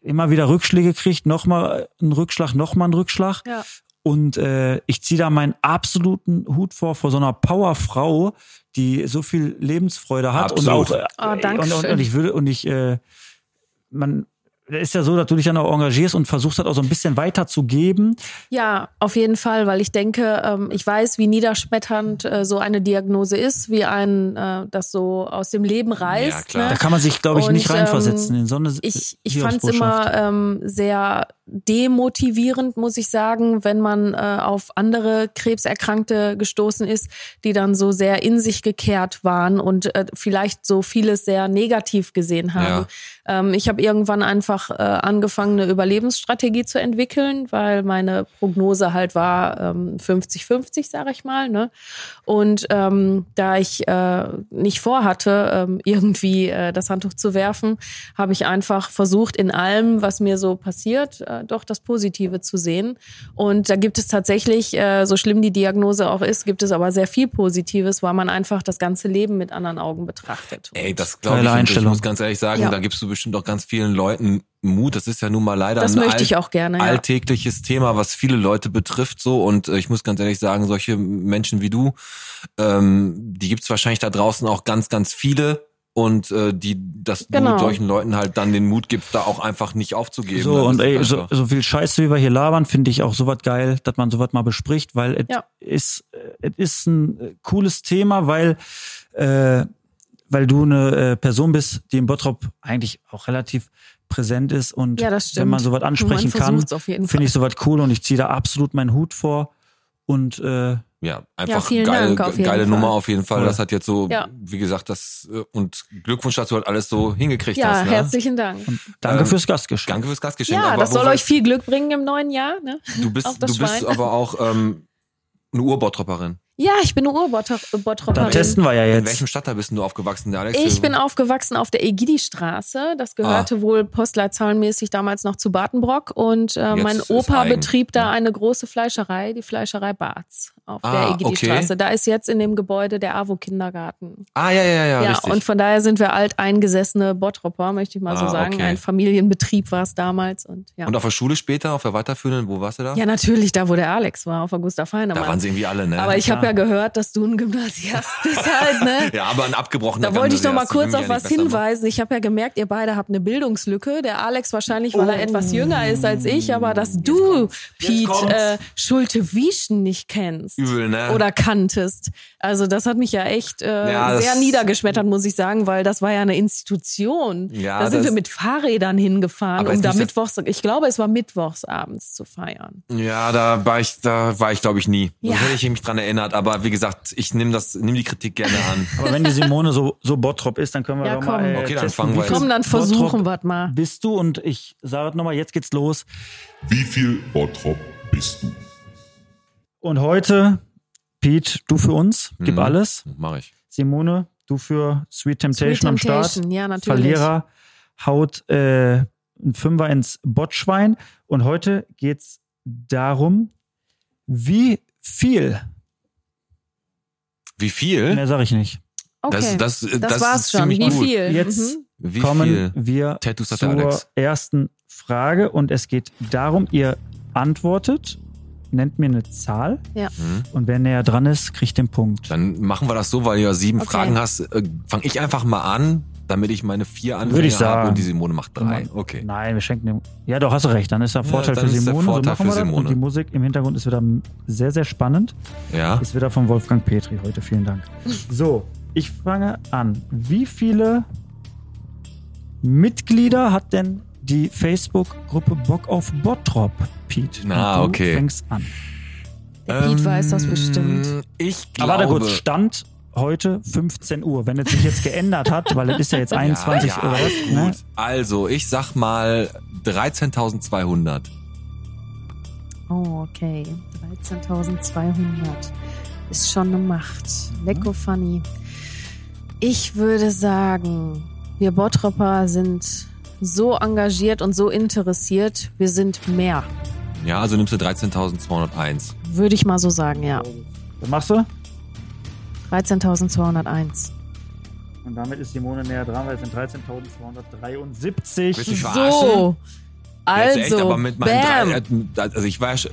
immer wieder Rückschläge kriegt, nochmal einen Rückschlag, nochmal einen Rückschlag. Ja. Und äh, ich ziehe da meinen absoluten Hut vor, vor so einer Powerfrau, die so viel Lebensfreude hat. Absolut. Und, auch, Oh, danke und, und, schön. und ich würde, und ich, äh, man, ist ja so, dass du dich dann auch engagierst und versuchst halt auch so ein bisschen weiterzugeben. Ja, auf jeden Fall, weil ich denke, ähm, ich weiß, wie niederschmetternd äh, so eine Diagnose ist, wie ein äh, das so aus dem Leben reißt. Ja, klar. Ne? Da kann man sich, glaube ich, Und, nicht reinversetzen ähm, in so eine ich, ich fand es Hiobsbotschaft. immer ähm, sehr demotivierend, muss ich sagen, wenn man äh, auf andere Krebserkrankte gestoßen ist, die dann so sehr in sich gekehrt waren und äh, vielleicht so vieles sehr negativ gesehen haben. Ähm, ich habe irgendwann einfach äh, angefangen, eine Überlebensstrategie zu entwickeln, weil meine Prognose halt war ähm, 50-50, sage ich mal. Ne? Und ähm, da ich äh, nicht vorhatte, ähm, irgendwie äh, das Handtuch zu werfen, habe ich einfach versucht, in allem, was mir so passiert, äh, doch das Positive zu sehen. Und da gibt es tatsächlich, äh, so schlimm die Diagnose auch ist, gibt es aber sehr viel Positives, weil man einfach das ganze Leben mit anderen Augen betrachtet. Ey, das Geile glaube ich. nicht. Ich Einstellung. muss ganz ehrlich sagen, Ja. da gibst du bestimmt auch ganz vielen Leuten Mut. Das ist ja nun mal leider das ein möchte Al- ich auch gerne. Ja. alltägliches Thema, was viele Leute betrifft. So und äh, ich muss ganz ehrlich sagen, solche Menschen wie du, ähm, die gibt's wahrscheinlich da draußen auch ganz, ganz viele. Und äh, die, dass Genau. du solchen Leuten halt dann den Mut gibst, da auch einfach nicht aufzugeben. So, Das und ist ey, einfach- so, so viel Scheiße, wie wir hier labern, finde ich auch sowas geil, dass man sowas mal bespricht, weil es Ja. ist, äh, es ist ein äh, cooles Thema, weil, äh, weil du eine äh, Person bist, die im Bottrop eigentlich auch relativ präsent ist und Ja, das stimmt. wenn man sowas ansprechen Man kann, versucht's auf jeden finde ich sowas cool und ich ziehe da absolut meinen Hut vor und äh, Ja, Ja, einfach vielen geile, Dank auf jeden geile Fall. Nummer auf jeden Fall. Voll. Das hat jetzt so, Ja. wie gesagt, das äh, und Glückwunsch, dass du halt alles so hingekriegt ja, hast. Ne? herzlichen Dank. danke Ähm, fürs Gastgeschenk. Danke fürs Gastgeschenk. Ja, aber das wo soll wir- euch viel Glück bringen im neuen Jahr. Ne? Du bist, auf du das bist Schwein. aber auch ähm, eine Urbottropperin. Ja, ich bin eine Da Urbottropperin. testen wir ja In jetzt. welchem Stadtteil bist denn du aufgewachsen, Alex? Ich bin aufgewachsen auf der Egidi-Straße. Ah. Das gehörte wohl postleitzahlenmäßig damals noch zu Badenbrock. Und äh, Jetzt mein ist Opa eigen. Hm. betrieb da eine große Fleischerei, die Fleischerei Barz auf Ah, der Egidi-Straße. Da ist jetzt in dem Gebäude der AWO-Kindergarten. Ah, ja, ja, ja, Ja, richtig. und von daher sind wir alteingesessene Bottropper, möchte ich mal so Ah, sagen. okay. Ein Familienbetrieb war es damals. Und ja. Und auf der Schule später, auf der weiterführenden, wo warst du da? ja, natürlich, da wo der Alex war, auf der Gustav da Heinemann. waren sie irgendwie alle, ne? Aber ich habe ja gehört, dass du ein Gymnasiast bist halt, [laughs] ne? ja, aber ein abgebrochener Da wollte ich noch mal Gymnasium, kurz das will mich auf was ja nicht besser ne? machen. hinweisen. Ich habe ja gemerkt, ihr beide habt eine Bildungslücke. Der Alex wahrscheinlich, weil Oh. er etwas jünger ist als ich, aber dass du, Pete, äh, Schulte-Wieschen nicht kennst. Übel, ne? Oder kanntest. Also das hat mich ja echt äh, Ja, das- sehr niedergeschmettert, muss ich sagen, weil das war ja eine Institution. Ja, da sind das- wir mit Fahrrädern hingefahren, Aber um ist da nicht- mittwochs, ich glaube, es war mittwochs abends zu feiern. Ja, da war ich, da war ich, glaube ich, nie. Ja. Da hätte ich mich dran erinnert. Aber wie gesagt, ich nehme das, nehme die Kritik gerne an. Aber wenn die Simone so, so Bottrop ist, dann können wir Ja, doch komm. mal. Äh, Okay, dann testen, fangen wie wir viel jetzt- Komm, dann versuchen Bottrop wir mal. Bist du und ich sage es nochmal, jetzt geht's los. Wie viel Bottrop bist du? Und heute, Pete, du für uns, gib Mhm. alles. [laughs] Mach ich. Simone, du für Sweet Temptation, Sweet am Temptation, Start. ja, natürlich. Verlierer haut äh, ein Fünfer ins Bottschwein. Und heute geht's darum, wie viel, Wie viel? mehr sage ich nicht, Okay. Das, das, das, das, ist war's schon. ziemlich Wie gut. viel? Jetzt- Mhm. Wie kommen viel? wir Tattoos hat der zur Alex. ersten Frage. Und es geht darum, ihr antwortet, nennt mir eine Zahl. Ja. Mhm. Und wer näher dran ist, kriegt den Punkt. Dann machen wir das so, weil du ja sieben Okay. Fragen hast. Äh, Fange ich einfach mal an, damit ich meine vier Würde ich Anfänge habe sagen. und die Simone macht drei. Mann. Okay. Nein, wir schenken dem. Ja, doch, hast du recht. Dann ist der Ja, Vorteil dann für ist der Simone. Vorteil so machen wir für das. Simone. Und die Musik im Hintergrund ist wieder sehr, sehr spannend. Ja. Ist wieder von Wolfgang Petri heute. Vielen Dank. So, ich fange an. Wie viele Mitglieder hat denn die Facebook-Gruppe Bock auf Bottrop, Pete? Na, Und du okay. fängst an. Der Piet Ähm, weiß das bestimmt. Ich Aber glaube. warte kurz, Stand heute 15 Uhr. Wenn es sich jetzt geändert hat, weil es ist [laughs] ja jetzt 21 ja, Uhr. alles ne? gut. Also, ich sag mal 13.200. Oh, okay. 13.200. Ist schon eine Macht. Lecko funny. Ich würde sagen, wir Bottropper sind so engagiert und so interessiert. Wir sind mehr. Ja, also nimmst du 13.201. Würde ich mal so sagen, ja. Was machst du? 13.201. Und damit ist Simone näher dran, weil es sind 13.273. Willst du mich verarschen? So. Jetzt echt, Also, aber mit meinen bam. drei, äh, also ich war ja schon-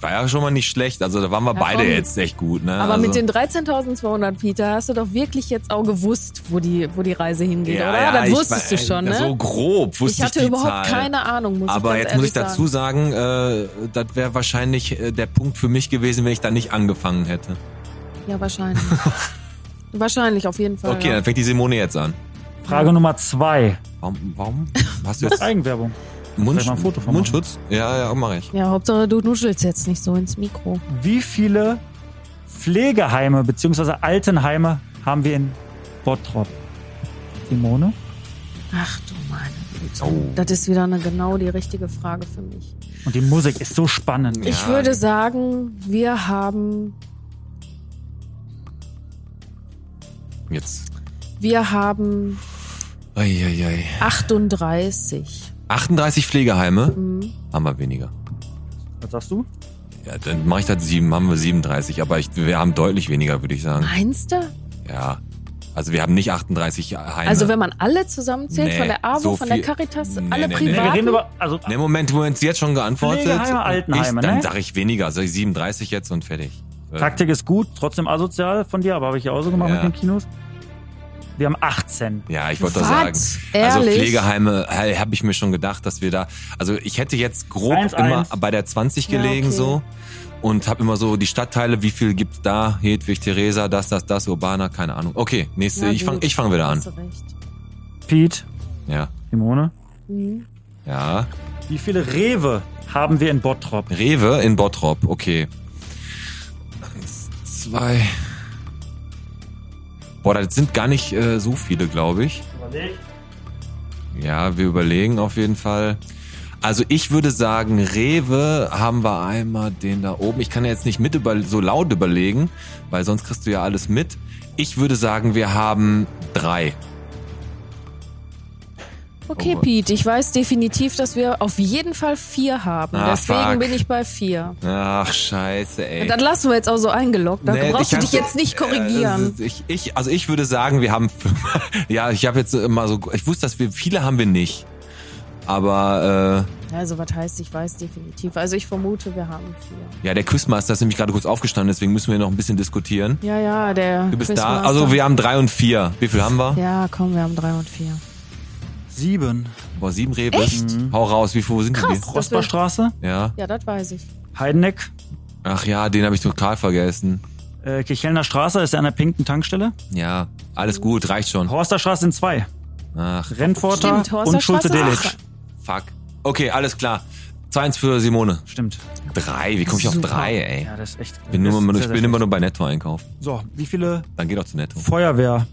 war ja schon mal nicht schlecht. Also da waren wir Ja, beide komm. jetzt echt gut. Ne? Aber also, mit den 13.200, Peter, hast du doch wirklich jetzt auch gewusst, wo die, wo die Reise hingeht, oder? das ich wusstest war- äh, du schon, ne? So grob wusste ich ich hatte die überhaupt Zahl. keine Ahnung, muss Aber ich ganz jetzt muss ehrlich ich dazu sagen, äh, das wäre wahrscheinlich äh, der Punkt für mich gewesen, wenn ich da nicht angefangen hätte. sagen. [laughs] Ja, wahrscheinlich. wahrscheinlich, auf jeden Fall. Okay, ja. dann fängt die Simone jetzt an. Frage Nummer zwei. Warum, warum hast [laughs] du jetzt Eigenwerbung. Mundsch mal ein Foto von Mundschutz? Ja, ja, mache ich. ja, Hauptsache du nuschelst jetzt nicht so ins Mikro. Wie viele Pflegeheime bzw. Altenheime haben wir in Bottrop? Simone? Ach du meine Güte. Oh. Das ist wieder eine, genau die richtige Frage für mich. Und die Musik ist so spannend. Ja. Ich würde sagen, wir haben, Jetzt. wir haben Eieiei. 38. 38 Pflegeheime Mhm. haben wir weniger. Was sagst du? Ja, dann mache ich das sieben, haben wir 37, aber ich, wir haben deutlich weniger, würde ich sagen. Meinst du? Ja. Also wir haben nicht 38 Heime. Also wenn man alle zusammenzählt, Nee, von der AWO, so von der viel- Caritas, Nee, nee, alle nee. privaten. Wir reden über. Also, Ne, Moment, Moment, sie hat schon geantwortet. Pflegeheime, ich, Altenheime, Dann ne? sage ich weniger, sage ich 37 jetzt und fertig. Äh, Taktik ist gut, trotzdem asozial von dir, aber habe ich ja auch so gemacht Ja. mit den Kinos. Wir haben 18. Ja, ich wollte das sagen. Was? Also Ehrlich? Pflegeheime habe ich mir schon gedacht, dass wir da, also ich hätte jetzt grob Eins, immer eins. bei der 20 Ja, gelegen okay. so und habe immer so die Stadtteile, wie viel gibt's da, Hedwig, Theresa, das, das, das, Urbana, keine Ahnung. Okay, nächste, Ja, ich gut. Also fange ich fang wieder an. Hast du recht. Pete, Ja, Simone, Mhm. ja. wie viele Rewe haben wir in Bottrop? Rewe in Bottrop, okay. Eins, zwei. Boah, das sind gar nicht äh, so viele, glaube ich. Ja, wir überlegen auf jeden Fall. Also ich würde sagen, Rewe haben wir einmal den da oben. Ich kann ja jetzt nicht mit über, so laut überlegen, weil sonst kriegst du ja alles mit. Ich würde sagen, wir haben drei. Okay, Oh. Pete, ich weiß definitiv, dass wir auf jeden Fall vier haben. Ah, Deswegen fuck. bin ich bei vier. Ach, scheiße, ey. Dann lassen wir jetzt auch so eingeloggt. Da Nee, brauchst ich du dich hab- jetzt nicht Äh, korrigieren. das ist- ich, ich, also ich würde sagen, wir haben fünf. [laughs] ja, ich habe jetzt immer so, ich wusste, dass wir viele haben wir nicht. Aber äh, also was heißt, ich weiß definitiv. Also ich vermute, wir haben vier. äh, ja, der Quizmaster ist nämlich gerade kurz aufgestanden, deswegen müssen wir noch ein bisschen diskutieren. Ja, ja, der Du bist da. Quizmaster. Also wir haben drei und vier. Wie viel haben wir? Ja, komm, wir haben drei und vier. Sieben. Boah, sieben Rewe. Hau raus, wie viel wo sind Krass. Das will- Rosbachstraße, Ja. Ja, das weiß ich. Heideneck, Ach ja, den habe ich total vergessen. äh, Kirchhellner Straße ist ja an der pinken Tankstelle. Ja, alles gut, reicht schon. Horster Straße sind zwei. Ach, Rennforter Stimmt, Horster und Schulze Straße Delitzsch. ist fuck. Okay, alles klar. 2-1 für Simone. Stimmt. Drei, wie komme ich auf Super. drei, ey? Ja, das ist echt. Bin nur, das ist ich sehr, sehr bin immer schlecht. nur bei Netto einkaufen. So, wie viele Dann geht auch zu Netto. Feuerwehr,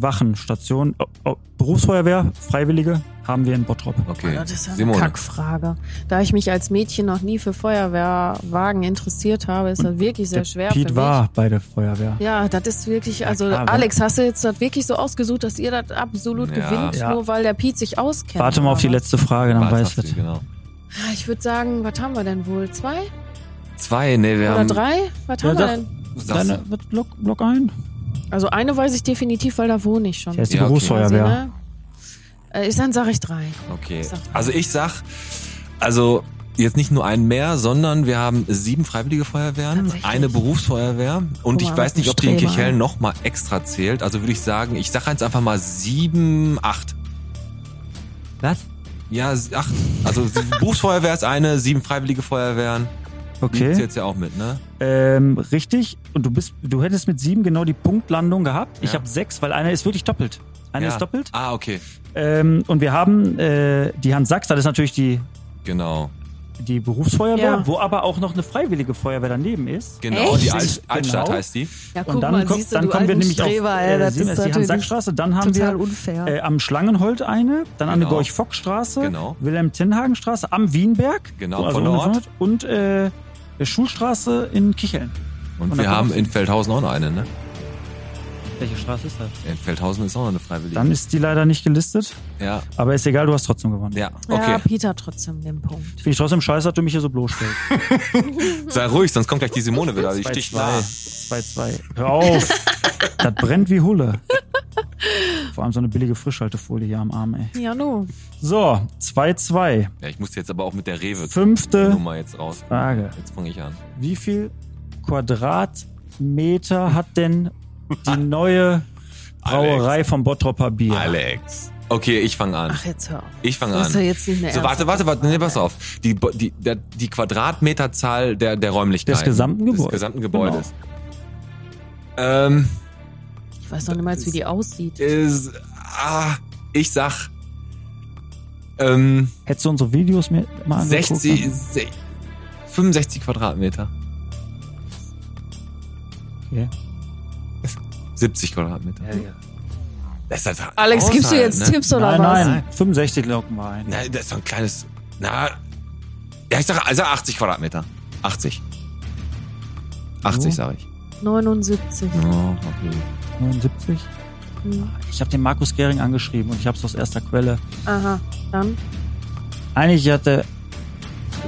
Wachen, Stationen, oh, oh, Berufsfeuerwehr, Freiwillige haben wir in Bottrop? Okay. Ja, Das ist ja eine Simone. Kackfrage. Da ich mich als Mädchen noch nie für Feuerwehrwagen interessiert habe, ist das wirklich sehr Der schwer für Piet mich. war bei der Feuerwehr. Ja, das ist wirklich, also klar, wenn- Alex, hast du jetzt das wirklich so ausgesucht, dass ihr das absolut Ja. gewinnt, Ja. nur weil der Piet sich auskennt? Warte mal auf die oder was? letzte Frage, dann Warte, weiß hast du, ich. genau. Ah, Ich würde sagen, was haben wir denn wohl? Zwei Zwei, ne, wir oder haben. drei? Was Ja, haben wir sag- denn? Sagst Deine, du- was, block, block ein? Also eine weiß ich definitiv, weil da wohne ich schon. Der ist die Ja, okay. Berufsfeuerwehr. Quasi, ne? Äh, ich- Dann sage ich drei. Okay. Ich sag drei. Also ich sag, also jetzt nicht nur einen mehr, sondern wir haben sieben Freiwillige Feuerwehren, Tatsächlich? eine Berufsfeuerwehr und Guck ich mal, weiß nicht, ob die in Streber. Kirchhellen noch mal extra zählt. Also würde ich sagen, ich sag jetzt einfach mal sieben, acht. ne? Was? Ja, s- acht. Also [laughs] Berufsfeuerwehr ist eine, sieben Freiwillige Feuerwehren. Die Okay. zählt's ja auch mit, ne? Ähm, richtig. Und du bist, du hättest mit sieben genau die Punktlandung gehabt. Ich Ja. habe sechs, weil einer ist wirklich doppelt. Einer ja. ist doppelt. Ah, okay. Ähm, und wir haben äh, die Hans Sachs, das ist natürlich die, Genau. die Berufsfeuerwehr, Ja. wo aber auch, die eine freiwillige Feuerwehr daneben ist. Genau, Echt? die Alt Genau. Altstadt heißt die. Ja, Und dann, kommt- siehst du, dann du kommen wir alten nämlich Streber, auf ey, äh, das sieben ist ist die natürlich Hans-Sack-Straße, dann haben total wir unfair. äh, am Schlangenhold eine, dann an der Genau. Gorch-Fock-Straße, Genau. Wilhelm-Tinhagen-Straße, am Wienberg Genau, also von der Ort. und äh, der Schulstraße in Kicheln. Und, Und wir dann haben kommt- in Feldhausen auch noch eine, ne? Welche Straße ist das? In Feldhausen ist auch noch eine Freiwillige. Dann ist die leider nicht gelistet, ja, aber ist egal, du hast trotzdem gewonnen. ja, Ja, okay. Peter trotzdem den Punkt. Finde ich trotzdem scheiße, dass du mich hier so bloßstellst. [laughs] Sei ruhig, sonst kommt gleich die Simone wieder. Die sticht [laughs] 2-2. 2-2. Hör auf. das brennt wie Hulle. Vor allem so eine billige Frischhaltefolie hier am Arm, ey. Ja, no. So, 2-2. Ja, ich musste jetzt aber auch mit der Rewe Fünfte Nummer jetzt raus. Frage. Jetzt fange ich an. Wie viel Quadratmeter hat denn [laughs] die neue Brauerei von Bottropper Bier? Alex. Okay, ich fange an. Ach, jetzt hör. auf. Ich fange Das an. ist doch jetzt nicht mehr So, warte, warte, warte, nee, pass auf. Die, Bo- die, der, die Quadratmeterzahl der, der Räumlichkeiten. Des gesamten Des Gebäudes. gesamten Gebäudes. Genau. Ähm, Ich weiß noch niemals, wie die aussieht. ist, ah, ich sag, ähm, Hättest du unsere Videos mir mal Ah, angeguckt? 60, se- 65 Quadratmeter. Okay. 70 Quadratmeter. Das ist halt Alex, gibst du außerhalb, jetzt ne? Tipps oder Nein, was? nein, 65 locken wir ein. Na, das ist doch ein kleines, na, ja, ich sag, also 80 Quadratmeter. 80. 80 So. sag ich. 79. Oh, okay. 79? Hm. Ich habe den Markus Gering angeschrieben und ich habe es aus erster Quelle. Aha, dann. Eigentlich hatte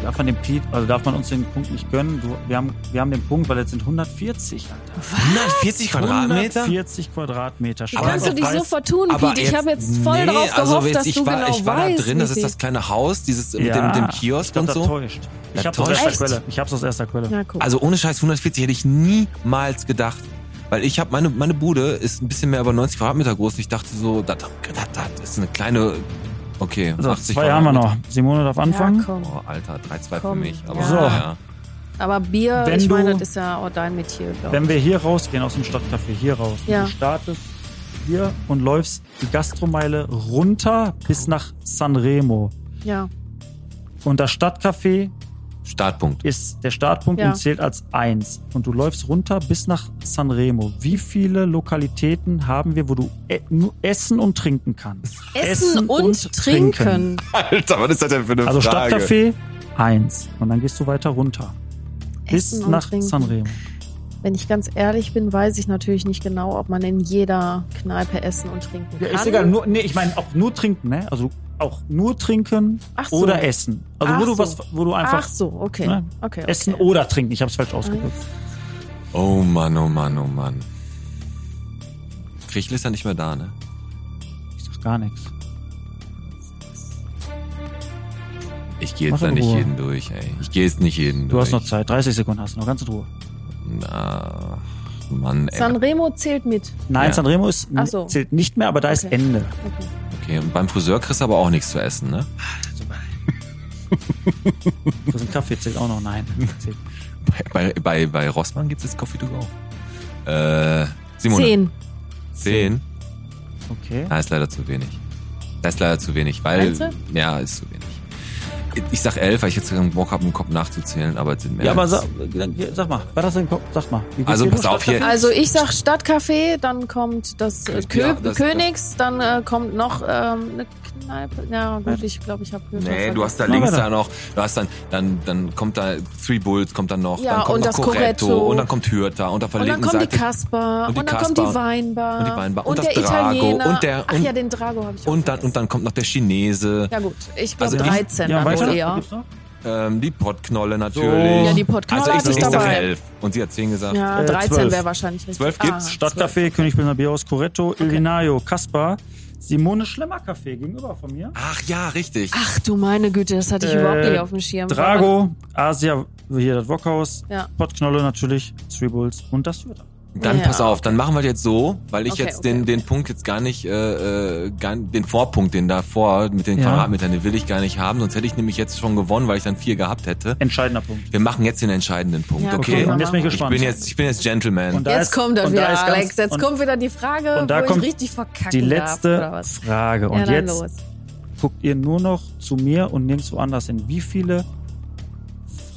darf man den Piet, also darf man uns den Punkt nicht gönnen. Du, wir, haben, wir haben den Punkt, weil jetzt sind 140. Alter. 140 Quadratmeter? 140 Quadratmeter. Wie Schwarz kannst du auf dich weiß. so vertun, Pete? Ich habe jetzt voll nee, drauf gehofft, also jetzt, dass ich du war, genau ich war weißt. da drin, das wie ist das viel- kleine Haus, dieses mit Ja, dem, dem ich Kiosk glaub, und da so. Täuscht. Ich hab's aus Täuscht. erster Echt? Quelle. Ich hab's aus erster Quelle. Na, guck. Also ohne Scheiß, 140 hätte ich niemals gedacht. Weil ich habe meine, meine Bude ist ein bisschen mehr über 90 Quadratmeter groß und ich dachte so, das, das, das ist eine kleine, okay, So, 80 zwei haben wir Quadratmeter. noch. Simone darf anfangen. Ja, komm. Boah, Alter, 3-2 für Komm, mich. Aber ja. So. naja. Aber Bier, Wenn ich meine, du- das ist ja auch dein Metier, glaube ich. Wenn wir hier rausgehen aus dem Stadtcafé, hier raus, Ja. du startest hier und läufst die Gastromeile runter bis nach Sanremo. Ja, Und das Stadtcafé Startpunkt. ist der Startpunkt Ja. und zählt als eins. Und du läufst runter bis nach Sanremo. Wie viele Lokalitäten haben wir, wo du e nur essen und trinken kannst? Essen, und, trinken. [laughs] Alter, was ist das denn für eine Also Stadtcafé eins. Und dann gehst du weiter runter. Bis Essen und nach trinken. Sanremo. Wenn ich ganz ehrlich bin, weiß ich natürlich nicht genau, ob man in jeder Kneipe essen und trinken kann. Ja, ist egal, nur, nee, ich meine auch nur trinken, ne? Also auch nur trinken Ach so. oder essen. Also Ach wo du so. was, wo du einfach Ach so, okay. Ne? okay, okay. Ah. essen oder trinken. Ich habe es falsch ausgedrückt. Oh Mann, oh Mann, oh Mann. Kriegel ist ja nicht mehr da, ne? Ich sag gar nichts. Ich gehe Mach jetzt da in nicht Ruhe. jeden durch, ey. Ich gehe jetzt nicht jeden Du durch. hast noch Zeit, 30 Sekunden hast du noch, ganz in Ruhe. Na, Mann, ey. Sanremo zählt mit. Nein, Ja. Sanremo ist, Ach so. zählt nicht mehr, aber da ist Okay. Ende. Okay. Okay, und beim Friseur kriegst du aber auch nichts zu essen, ne? [laughs] Für so einen Kaffee zählt auch noch, nein. Zählt. Bei, bei, bei Rossmann gibt's jetzt Coffee to go. Äh, Simone. Zehn. Zehn? Okay. Na, ist leider zu wenig. Das ist leider zu wenig, weil... Meinst Ja, ist zu wenig. Ich, ich sag elf, weil ich jetzt keinen Bock habe, im Kopf nachzuzählen, aber es sind mehr Ja, aber als- sag, dann- hier, sag mal, war das denn, sag mal. wie Also viel pass auf hier. Also ich sag Stadtcafé, dann kommt das, äh, Kö Ja, das- Königs, dann äh, kommt noch ähm, eine Kneipe. Ja gut, ich glaube, ich habe Hm. Nee, du hast da Machen links wir da noch, du hast dann, dann, dann kommt da Three Bulls, kommt dann noch, Ja, dann kommt und noch das Corretto. und dann kommt Hürter und auf der und dann linken kommt die Seite und Kasper und, die dann kommt Kasper die Weinbar und die Weinbar und das der Drago Italiener und der- Ach und- ja, den Drago habe ich auch und dann, vergessen. und dann kommt noch der Chinese, Ja gut, ich glaube Also ich- 13 Ja, dann wohl weiter. eher. Gibt's noch? ähm, die Pottknolle natürlich. So. Ja, die Podcasts also ich, hatte ich ich sag dabei. elf und sie hat zehn gesagt. Ja, Äh, 13 zwölf. wäre wahrscheinlich richtig. Ah. Zwölf gibt's? Stadtcafé, König Bilner Bierhaus, Coretto, Ilinaio, Kaspar, Simone Schlemmer Café gegenüber von mir. Ach ja, richtig. Ach du meine Güte, das hatte ich Äh, überhaupt nicht auf dem Schirm. Drago, Asia, hier das Wokhaus, Ja. Pottknolle natürlich, Three Bulls und das Jürgen. Dann Ja, pass auf, dann machen wir das jetzt so, weil ich Okay, jetzt okay, den, den okay. Punkt jetzt gar nicht, äh, äh, gar, den Vorpunkt, den davor mit den Ja. Quadratmetern, den will ich gar nicht haben, sonst hätte ich nämlich jetzt schon gewonnen, weil ich dann vier gehabt hätte. Entscheidender Punkt. Wir machen jetzt den entscheidenden Punkt, Ja, okay? okay. und jetzt bin ich Ich gespannt. bin jetzt, ich bin jetzt Gentleman. Und da Jetzt ist- kommt das und da wieder, ist ganz- Alex. Jetzt und kommt wieder die Frage, und da wo kommt ich richtig verkacken die darf, oder letzte was? Frage. ja, Und dann jetzt los. guckt ihr nur noch zu mir und nirgendwo anders hin. Wie viele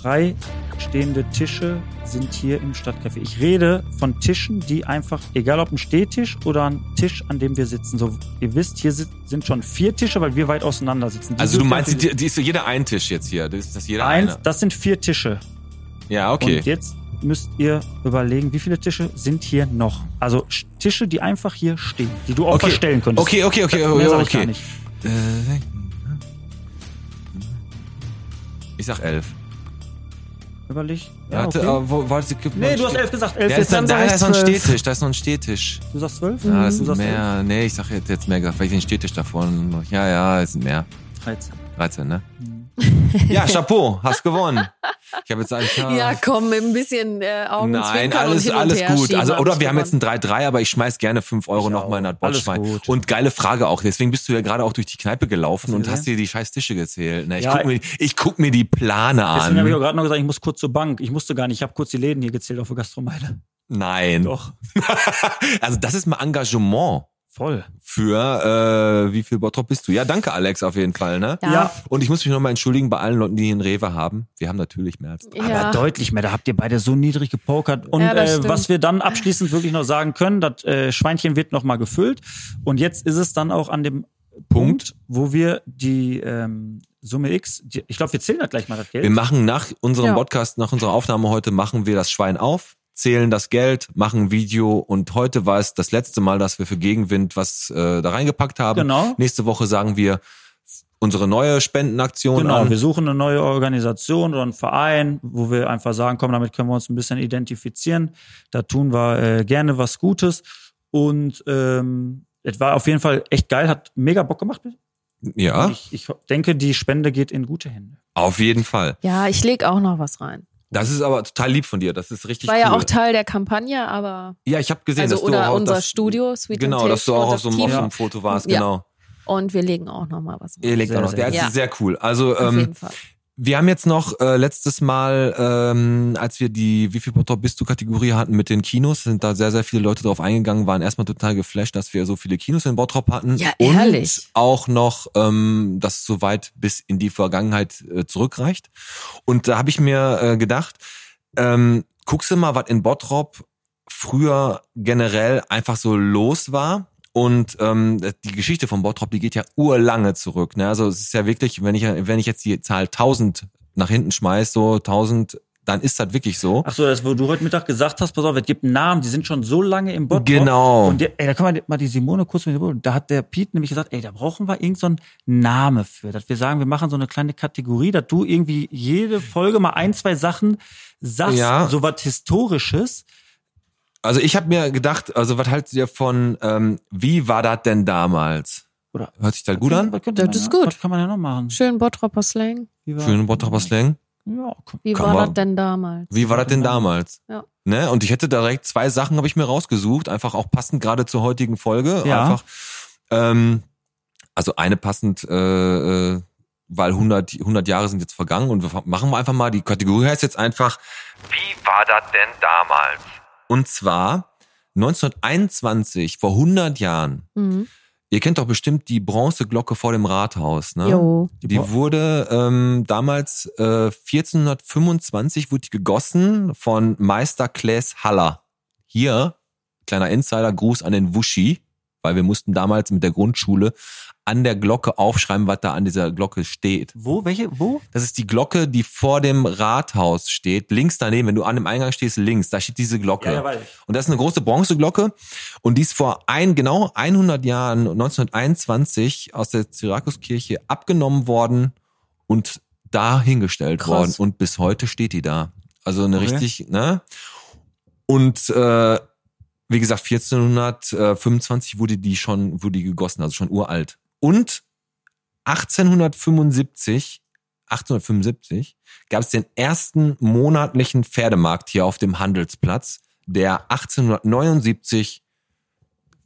freistehende Tische sind hier im Stadtcafé? Ich rede von Tischen, die einfach, egal ob ein Stehtisch oder ein Tisch, an dem wir sitzen. So, ihr wisst, hier sit- sind schon vier Tische, weil wir weit auseinander sitzen. Die Also du sind meinst, dafür- die, die ist so jeder ein Tisch jetzt hier. Das ist das jeder Eins, eine. das sind vier Tische. Ja, okay. Und jetzt müsst ihr überlegen, wie viele Tische sind hier noch? Also Sch- Tische, die einfach hier stehen, die du auch Okay. verstellen könntest. Okay, okay, okay, Mehr okay. sag ich gar okay. nicht. Äh, Ich sag elf. körperlich. Ja, Ja, Warte, okay. aber wo- warte, gib mal Nee, einen du hast Ste- elf gesagt. Elf Da ist, dann, dann da sag ich ist noch ein zwölf. Stehtisch, da ist noch ein Stehtisch. Du sagst zwölf? Ja, das Du sind sagst mehr. Nee, ich sag jetzt, jetzt mehr gesagt, weil ich den Stehtisch davor noch. Ja, ja, es sind mehr. 13. 13, ne? Mhm. Ja, Chapeau, hast gewonnen. Ich habe jetzt eigentlich. Ja, komm, mit ein bisschen äh, Augenzwinkern Nein, alles, und hin und alles her gut. schieben, Also, hab oder ich wir haben jetzt gewonnen. ein 3-3, aber ich schmeiß gerne 5 Euro Ich nochmal in das auch. Alles Botschwein. gut. Und geile Frage auch. Deswegen bist du ja gerade auch durch die Kneipe gelaufen Hast du und gesehen? hast dir die scheiß Tische gezählt. Ne, ich, Ja, guck mir, ich guck mir die Plane Deswegen habe ich auch an. gerade noch gesagt, ich muss kurz zur Bank. Ich musste gar nicht. Ich habe kurz die Läden hier gezählt auf der Gastromeile. Nein. Doch. [laughs] Also, das ist mal Engagement Voll. für, äh, wie viel Bottrop bist du? Ja, danke, Alex, auf jeden Fall, ne? Ja. Und ich muss mich nochmal entschuldigen bei allen Leuten, die hier einen Rewe haben. Wir haben natürlich mehr als Aber Ja. deutlich mehr. Da habt ihr beide so niedrig gepokert. Und Ja, das äh, stimmt. was wir dann abschließend wirklich noch sagen können, das äh, Schweinchen wird nochmal gefüllt. Und jetzt ist es dann auch an dem Punkt, wo wir die ähm, Summe X, die, ich glaube, wir zählen das gleich mal das Geld. Wir machen nach unserem Ja. Podcast, nach unserer Aufnahme heute, machen wir das Schwein auf, zählen das Geld, machen ein Video und heute war es das letzte Mal, dass wir für Gegenwind was äh, da reingepackt haben. Genau. Nächste Woche sagen wir unsere neue Spendenaktion Genau, an. wir suchen eine neue Organisation oder einen Verein, wo wir einfach sagen, komm, damit können wir uns ein bisschen identifizieren. Da tun wir äh, gerne was Gutes. Und ähm, es war auf jeden Fall echt geil, hat mega Bock gemacht. ja, Ich, ich denke, die Spende geht in gute Hände. auf jeden Fall. ja, ich leg auch noch was rein. Das ist aber total lieb von dir. Das ist richtig War cool. ja auch Teil der Kampagne, aber ja, ich habe gesehen, also dass du oder auch unser das, Studio, Sweet and genau, dass Tasty du auch und auf so das einem, auf so Team. einem Foto warst. Ja. Genau. Und wir legen auch noch mal was rein. Ihr legt Sehr, auch noch. sehr Der gut. ist sehr cool. Also Auf ähm, jeden Fall. Wir haben jetzt noch äh, letztes Mal, ähm, als wir die Wie viel Bottrop bist du Kategorie hatten mit den Kinos, sind da sehr, sehr viele Leute drauf eingegangen, waren erstmal total geflasht, dass wir so viele Kinos in Bottrop hatten. Ja, Und ehrlich. auch noch, ähm, dass es so weit bis in die Vergangenheit äh, zurückreicht. Und da habe ich mir äh, gedacht, ähm, guckst du mal, was in Bottrop früher generell einfach so los war. Und ähm, die Geschichte von Bottrop, die geht ja urlange zurück. Ne? Also es ist ja wirklich, wenn ich, wenn ich jetzt die Zahl 1000 nach hinten schmeiß, so 1000, dann ist das wirklich so. Ach so, das, wo du heute Mittag gesagt hast, pass auf, es gibt Namen, die sind schon so lange im Bot. Genau. Und der, ey, da kann man mal die Simone kurz mit Simone, da hat der Pete nämlich gesagt, ey, da brauchen wir irgendeinen so einen Namen für, dass wir sagen, wir machen so eine kleine Kategorie, dass du irgendwie jede Folge mal ein, zwei Sachen sagst, Ja. so was Historisches. Also ich habe mir gedacht, also was haltet ihr von, ähm, wie war das denn damals? Oder- Hört sich das gut an? Was könnte Das man ist ja- gut. Was kann man ja noch machen? Schön Bottroper Slang. Wie war- Schönen Bottroper Slang. Ja, komm. Wie Kann war man- das denn damals? Wie war das denn damals? Ja. Ne? Und ich hätte direkt zwei Sachen habe ich mir rausgesucht, einfach auch passend gerade zur heutigen Folge. Ja. Einfach, ähm, also eine passend, äh, äh, weil 100, 100 Jahre sind jetzt vergangen und wir machen wir einfach mal, die Kategorie heißt jetzt einfach, Wie war das denn damals? und zwar 1921, vor 100 Jahren. Mhm. Ihr kennt doch bestimmt die Bronzeglocke vor dem Rathaus, ne? Jo. Die wurde ähm, damals äh, 1425 wurde die gegossen von Meister Klaes Haller. Hier, kleiner Insider-Gruß an den Wuschi, weil wir mussten damals mit der Grundschule an der Glocke aufschreiben, was da an dieser Glocke steht. Wo? Welche? Wo? Das ist die Glocke, die vor dem Rathaus steht. Links daneben, wenn du an dem Eingang stehst, links, da steht diese Glocke. Ja, ja, weiß ich. und das ist eine große Bronzeglocke. Und die ist vor ein, genau 100 Jahren, 1921, aus der Syrakuskirche abgenommen worden und da hingestellt Krass. worden. Und bis heute steht die da. Also eine Okay. richtig, ne? Und äh, wie gesagt, 1425 wurde die schon, wurde die gegossen, also schon uralt. Und 1875, 1875 gab es den ersten monatlichen Pferdemarkt hier auf dem Handelsplatz, der 1879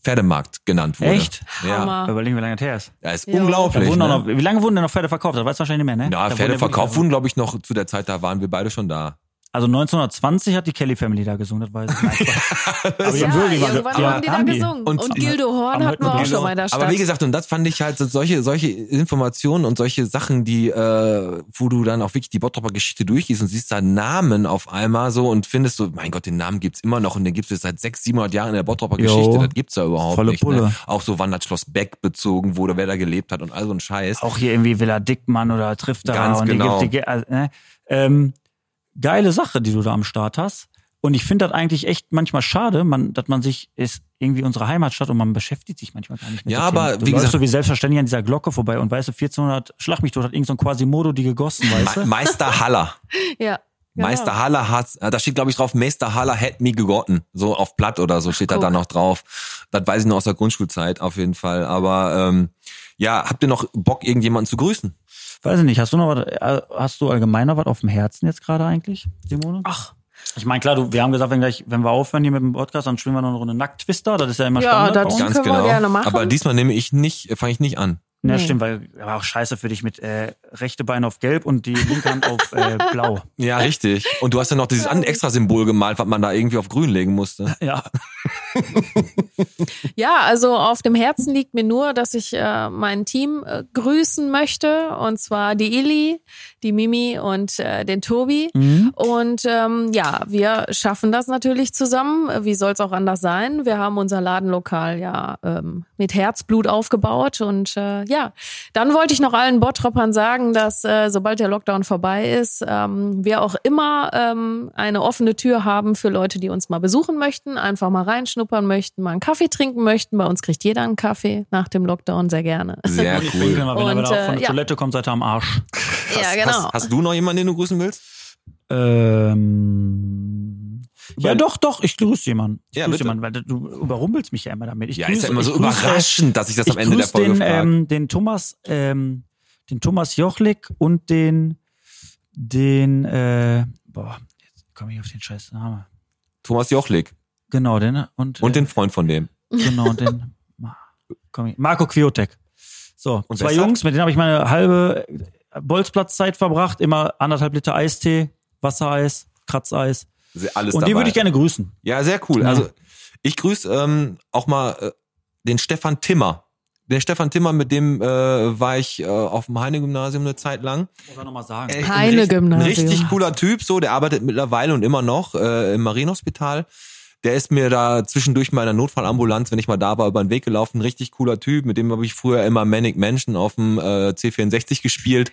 Pferdemarkt genannt wurde. Echt? Ja, Hammer. Überlegen, wie lange das her ist. das ist Ja. Da unglaublich. wurden auch Ne? noch, wie lange wurden denn noch Pferde verkauft? Das weiß wahrscheinlich nicht mehr, ne? Ja, Da Pferde wurden verkauft wirklich- wurden, glaube ich, noch zu der Zeit, da waren wir beide schon da. Also 1920 hat die Kelly Family da gesungen, das weiß ich. Nein, Aber Äh, die [laughs] Ja, haben wirklich- irgendwann haben die da gesungen. Und- Und, Gildo Horn hatten wir auch Gildo- schon mal in der Stadt. Aber wie gesagt, und das fand ich halt so solche, solche Informationen und solche Sachen, die, äh, wo du dann auch wirklich die Bottroper Geschichte durchgehst und siehst da Namen auf einmal so und findest so, mein Gott, den Namen gibt's immer noch und den gibt's jetzt seit 600, 700 Jahren in der Bottroper Geschichte. Jo. Das gibt's ja überhaupt Volle nicht. Ne? Pulle. Auch so, wann das Schloss Beck bezogen wurde, wer da gelebt hat und all so ein Scheiß. auch hier irgendwie Villa Dickmann oder Trifter Ganz und genau. die, gibt- die, also, ne? ähm, geile Sache, die du da am Start hast. Und ich finde das eigentlich echt manchmal schade, man, dass man sich ist irgendwie unsere Heimatstadt und man beschäftigt sich manchmal gar nicht mit Ja, so Themen. aber du wie läufst gesagt- so wie selbstverständlich an dieser Glocke vorbei [laughs] und weißt du, 1400 schlag mich tot hat irgend so ein Quasimodo die gegossen, weißt Me du? Meister Haller. ja. Genau. Meister Haller hat, äh, da steht glaube ich drauf, Meister Haller hat me gegotten. So auf Platt oder so steht da guck. dann noch drauf. Das weiß ich noch aus der Grundschulzeit auf jeden Fall. Aber ähm, ja, habt ihr noch Bock, irgendjemanden zu grüßen? Weiß ich nicht, hast du noch was, äh, hast du allgemeiner was auf dem Herzen jetzt gerade eigentlich, Simone? Ach, Ich meine, klar, du, wir haben gesagt, wenn, gleich, wenn wir aufhören hier mit dem Podcast, dann spielen wir noch eine Runde Nackt-Twister, das ist ja immer Ja, Standard. das bei uns. Ganz können wir gerne machen. genau. Aber diesmal nehme ich nicht, fange ich nicht an. Ja, Nee. stimmt, weil war auch scheiße für dich mit äh, rechte Bein auf gelb und die linke Hand auf [laughs] äh, blau. Ja, richtig. Und du hast ja noch dieses an- extra Symbol gemalt, was man da irgendwie auf grün legen musste. [laughs] Ja, Ja, also auf dem Herzen liegt mir nur, dass ich äh, mein Team äh, grüßen möchte. Und zwar die Illy, die Mimi und äh, den Tobi. Mhm. Und ähm, ja, wir schaffen das natürlich zusammen. Äh, Wie soll's auch anders sein? Wir haben unser Ladenlokal ja ähm, mit Herzblut aufgebaut. Und äh, ja, dann wollte ich noch allen Bottroppern sagen, dass äh, sobald der Lockdown vorbei ist, ähm, wir auch immer ähm, eine offene Tür haben für Leute, die uns mal besuchen möchten, einfach mal reinschnuppern möchten, mal einen Kaffee trinken möchten. Bei uns kriegt jeder einen Kaffee nach dem Lockdown sehr gerne. [laughs] Sehr ich winke cool. mal, wenn er Und, wieder von äh, der ja. Toilette kommt, seid ihr am Arsch. ja, genau. genau. Hast, hast du noch jemanden, den du grüßen willst? Ähm, ja, doch, doch, ich grüße jemanden. Ich Ja, grüße bitte. jemanden, weil du überrumpelst mich ja immer damit. Ich Ja, grüße, ist ja immer so ich grüße- überraschend, dass ich das ich am Ende der grüße Folge den, frage. ähm, den Thomas, ähm, den Thomas Jochlik und den, den, äh, boah, jetzt komme ich auf den scheiß Namen. Thomas Jochlik Genau, den und, und äh, den Freund von dem. genau [laughs] und den Ma- komm ich, Marco Quiotek. So, Und zwei weshalb? Jungs, mit denen habe ich meine halbe Bolzplatzzeit verbracht, immer anderthalb Liter Eistee, Wassereis, Kratzeis. Se- Alles und dabei. die würde ich gerne grüßen. Ja, sehr cool. Ja. Also ich grüße ähm, auch mal äh, den Stefan Timmer. Den Stefan Timmer, mit dem äh, war ich äh, auf dem Heine-Gymnasium eine Zeit lang. Muss man nochmal sagen. Echt ein Heine richt- Gymnasium. Ein richtig cooler Typ, so, der arbeitet mittlerweile und immer noch äh, im Marienhospital. Der ist mir da zwischendurch mal in der Notfallambulanz, wenn ich mal da war, über den Weg gelaufen. Richtig cooler Typ, mit dem habe ich früher immer Manic Mansion auf dem äh, C64 gespielt.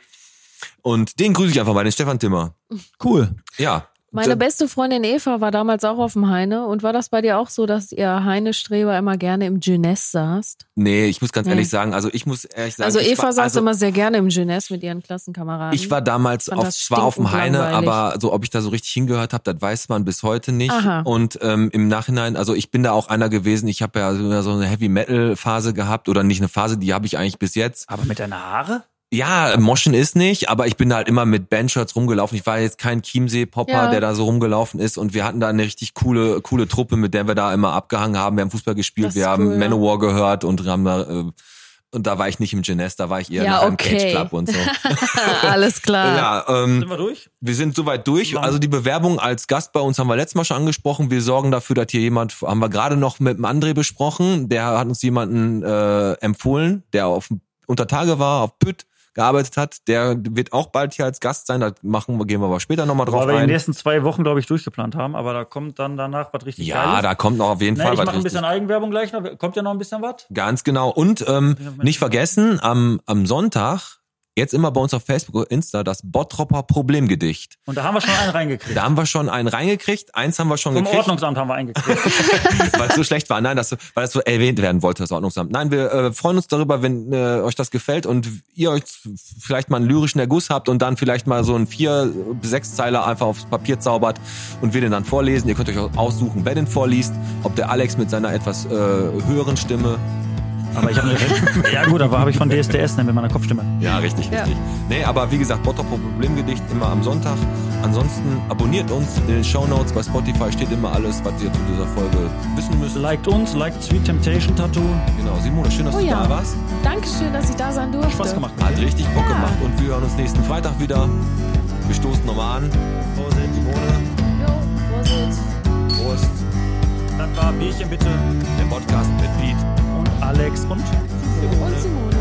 Und den grüße ich einfach mal, den Stefan Timmer. Cool. Ja. Meine D- beste Freundin Eva war damals auch auf dem Heine. Und war das bei dir auch so, dass ihr Heine-Streber immer gerne im Jeunesse saßt? Nee, ich muss ganz ehrlich Nee. sagen, also ich muss ehrlich sagen. Also ich Eva war- saß also immer sehr gerne im Jeunesse mit ihren Klassenkameraden. Ich war damals Fand auf, das zwar auf dem stinkend Heine, langweilig. aber so, ob ich da so richtig hingehört habe, das weiß man bis heute nicht. Aha. Und ähm, im Nachhinein, also ich bin da auch einer gewesen, ich habe ja so- so eine Heavy Metal Phase gehabt oder nicht eine Phase, die habe ich eigentlich bis jetzt. Aber mit deiner Haare? Ja, Moschen ist nicht, aber ich bin da halt immer mit Bandshirts rumgelaufen. Ich war jetzt kein Chiemsee-Popper, Ja. der da so rumgelaufen ist und wir hatten da eine richtig coole, coole Truppe, mit der wir da immer abgehangen haben. Wir haben Fußball gespielt, Das wir ist haben cool, ja. Manowar gehört und haben da, äh, und da war ich nicht im Jeunesse, da war ich eher Ja, nach einem okay. Cage Club [laughs] und so. [laughs] Alles klar. ja, ähm, wir durch? wir sind soweit durch. Also die Bewerbung als Gast bei uns haben wir letztes Mal schon angesprochen. Wir sorgen dafür, dass hier jemand, haben wir gerade noch mit dem André besprochen, der hat uns jemanden äh, empfohlen, der auf unter Tage war, auf Pütt gearbeitet hat. Der wird auch bald hier als Gast sein. Da machen wir, gehen wir aber später nochmal drauf Weil wir die ein. nächsten zwei Wochen, glaube ich, durchgeplant haben, aber da kommt dann danach was richtig Ja, da kommt noch auf jeden Na, Fall ich was mache ein richtig. bisschen Eigenwerbung gleich noch. Kommt ja noch ein bisschen was? Ganz genau. Und ähm, Ich hab mein- nicht vergessen, am, am Sonntag, jetzt immer bei uns auf Facebook und Insta, das Bottropper Problemgedicht. Und da haben wir schon [laughs] einen reingekriegt. Da haben wir schon einen reingekriegt, eins haben wir schon Vom gekriegt. Ordnungsamt haben wir eingekriegt. weil es so schlecht war. Nein, das, weil das so erwähnt werden wollte, das Ordnungsamt. Nein, wir äh, freuen uns darüber, wenn äh, euch das gefällt und ihr euch vielleicht mal einen lyrischen Erguss habt und dann vielleicht mal so einen vier, sechs Zeiler einfach aufs Papier zaubert und wir den dann vorlesen. Ihr könnt euch auch aussuchen, wer den vorliest, ob der Alex mit seiner etwas äh, höheren Stimme. aber ich habe eine. Ja, gut, aber habe ich von DSDS, ne, mit meiner Kopfstimme. Ja, richtig, Ja. richtig. Nee, aber wie gesagt, Bottrop Problemgedicht immer am Sonntag. Ansonsten abonniert uns in den Shownotes. Bei Spotify steht immer alles, was ihr zu dieser Folge wissen müsst. Liked uns, liked Sweet Temptation Tattoo. Genau, Simone, schön, dass Oh du ja. da warst. Dankeschön, dass ich da sein durfte. Spaß gemacht. Hat richtig Bock gemacht und wir hören uns nächsten Freitag wieder. Wir stoßen nochmal an. Prost, Simone. Jo, Prosit. Prost. Das war Bierchen bitte Der Podcast mit Pete. und Alex und Und Simone.